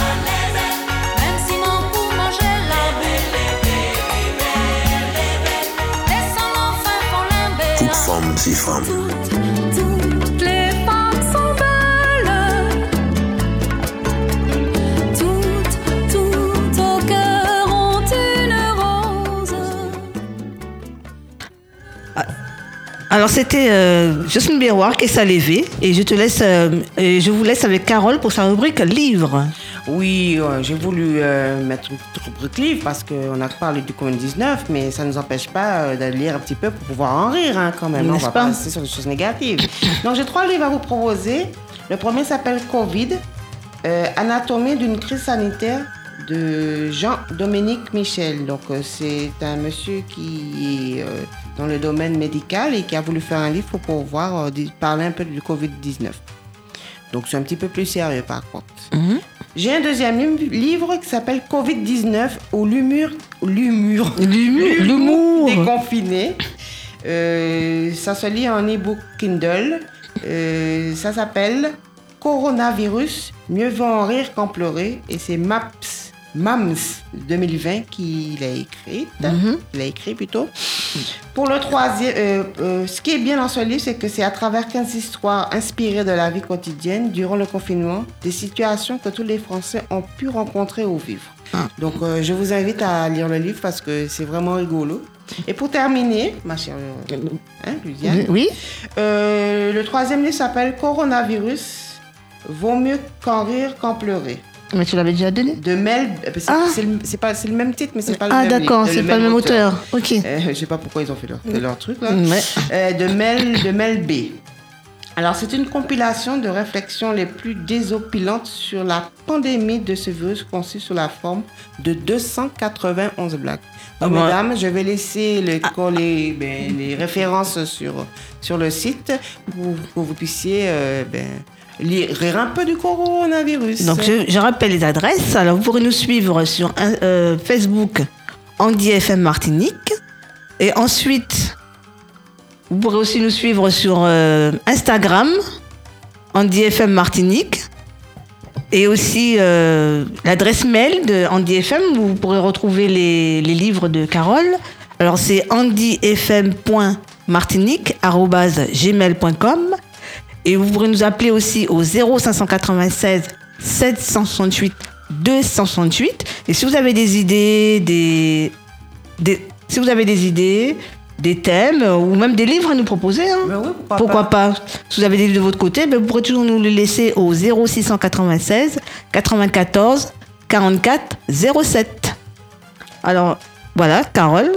Speaker 8: Même si mon pou manjè la Desan an fin kon lembe
Speaker 4: Toute femme, si femme.
Speaker 8: Toutes les femmes sont belles Toutes, toutes au cœur ont une rose
Speaker 2: Alors c'était euh, Justine Biroir et sa levée et je te laisse, euh, et je vous laisse avec Carole pour sa rubrique livre.
Speaker 3: Oui, euh, j'ai voulu euh, mettre une petite rubrique livre parce qu'on a parlé du Covid-19, mais ça ne nous empêche pas euh, de lire un petit peu pour pouvoir en rire hein, quand même. On
Speaker 2: N'est-ce
Speaker 3: va
Speaker 2: pas
Speaker 3: passer sur des choses négatives. Donc j'ai trois livres à vous proposer. Le premier s'appelle Covid, Euh, Anatomie d'une crise sanitaire de Jean-Dominique Michel. Donc, euh, c'est un monsieur qui est euh, dans le domaine médical et qui a voulu faire un livre pour pouvoir euh, di- parler un peu du Covid-19. Donc, c'est un petit peu plus sérieux par contre. J'ai un deuxième lim- livre qui s'appelle Covid-19 ou l'humeur. L'humeur.
Speaker 2: l'humour.
Speaker 3: Déconfiné. Euh, ça se lit en e-book Kindle. Euh, ça s'appelle Coronavirus, mieux vaut en rire qu'en pleurer. Et c'est MAPS, MAMS 2020 qui l'a écrite.
Speaker 2: Mhm.
Speaker 3: l'a écrit plutôt. Pour le troisième, euh, euh, ce qui est bien dans ce livre, c'est que c'est à travers 15 histoires inspirées de la vie quotidienne durant le confinement, des situations que tous les Français ont pu rencontrer ou vivre. Donc, euh, je vous invite à lire le livre parce que c'est vraiment rigolo. Et pour terminer, ma chère euh, hein, Ludiane,
Speaker 10: Oui
Speaker 3: euh, le troisième livre s'appelle Coronavirus. Vaut mieux qu'en rire qu'en pleurer.
Speaker 2: Mais tu l'avais déjà donné
Speaker 3: De Mel. euh, C'est
Speaker 10: Ah.
Speaker 3: c'est le, c'est pas- c'est le même titre, mais c'est pas le
Speaker 2: Ah
Speaker 3: même livre,
Speaker 2: d'accord,
Speaker 3: de
Speaker 2: c'est pas le même auteur. Mm. Ok.
Speaker 3: euh, je sais pas pourquoi ils ont fait leur, leur truc là.
Speaker 2: Ouais.
Speaker 3: Euh, de Mel de Mel B. Alors c'est une compilation de réflexions les plus désopilantes sur la pandémie de ce virus conçu sous la forme de 291 blagues. Donc,
Speaker 2: bah.
Speaker 3: Mesdames, je vais laisser le- les, ben, les références sur, sur le site pour que vous puissiez euh, ben, lire rire un peu du coronavirus.
Speaker 2: Donc je, je rappelle les adresses. Alors vous pourrez nous suivre sur un- euh, Facebook Andy FM Martinique. Et ensuite, vous pourrez aussi nous suivre sur euh, Instagram Andy FM Martinique. Et aussi euh, l'adresse mail de Andy FM où vous pourrez retrouver les, les livres de Carole. Alors c'est andyfm.martinique.gmail.com et vous pourrez nous appeler aussi au 0596 768 268. Et si vous avez des idées, des, des- si vous avez des idées, des thèmes euh, ou même des livres à nous proposer, hein,
Speaker 3: Ben oui, pourquoi
Speaker 2: pas. Si vous avez des livres de votre côté, ben vous pourrez toujours nous les laisser au 0696 94 44 07. Alors voilà, Carole.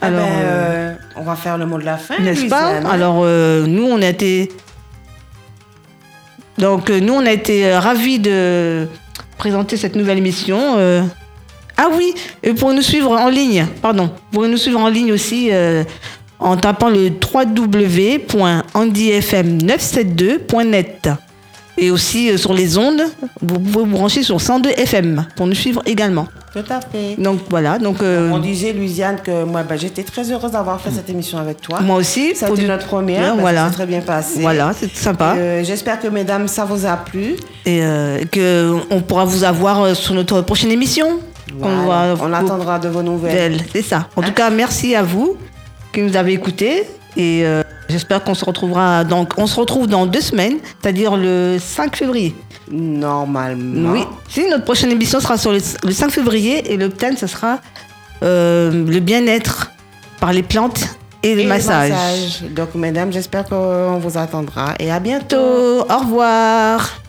Speaker 3: Ah ben,
Speaker 2: Alors, euh,
Speaker 3: euh, on va faire le mot de la fin.
Speaker 2: n'est-ce pas
Speaker 3: Louisiane.
Speaker 2: Alors, euh, nous, on a été. Donc, euh, nous, on a été euh, ravis de présenter cette nouvelle émission. euh. Ah oui, et pour nous suivre en ligne, pardon, pour nous suivre en ligne aussi, euh, en tapant le www.andyfm972.net. Et aussi euh, sur les ondes, vous pouvez vous brancher sur 102 FM pour nous suivre également.
Speaker 3: Tout à fait.
Speaker 2: Donc voilà, donc euh,
Speaker 3: On disait, Louisiane, que moi, ben, j'étais très heureuse d'avoir fait cette émission avec toi.
Speaker 2: moi aussi,
Speaker 3: ça a
Speaker 2: pour
Speaker 3: été
Speaker 2: du-
Speaker 3: notre première.
Speaker 2: Ouais, voilà.
Speaker 3: ben, ça s'est très bien passé.
Speaker 2: Voilà, c'est sympa.
Speaker 3: Euh, J'espère que, mesdames, ça vous a plu.
Speaker 2: et euh, que on pourra vous avoir euh, sur notre prochaine émission.
Speaker 3: Voilà.
Speaker 2: va-
Speaker 3: On attendra Hein de vos nouvelles.
Speaker 2: d'elle, C'est ça. En tout cas, merci à vous qui nous avez écoutés et euh, j'espère qu'on se retrouvera. Donc, on se retrouve dans deux semaines, c'est-à-dire le 5 février.
Speaker 3: Normalement.
Speaker 2: Oui. Si notre prochaine émission sera sur le, le 5 février et le thème, ce sera euh, le bien-être par les plantes et,
Speaker 3: Et
Speaker 2: le
Speaker 3: le
Speaker 2: massage.
Speaker 3: massage. Donc, mesdames, j'espère qu'on vous attendra. Et à bientôt.
Speaker 2: Bientôt. Au revoir.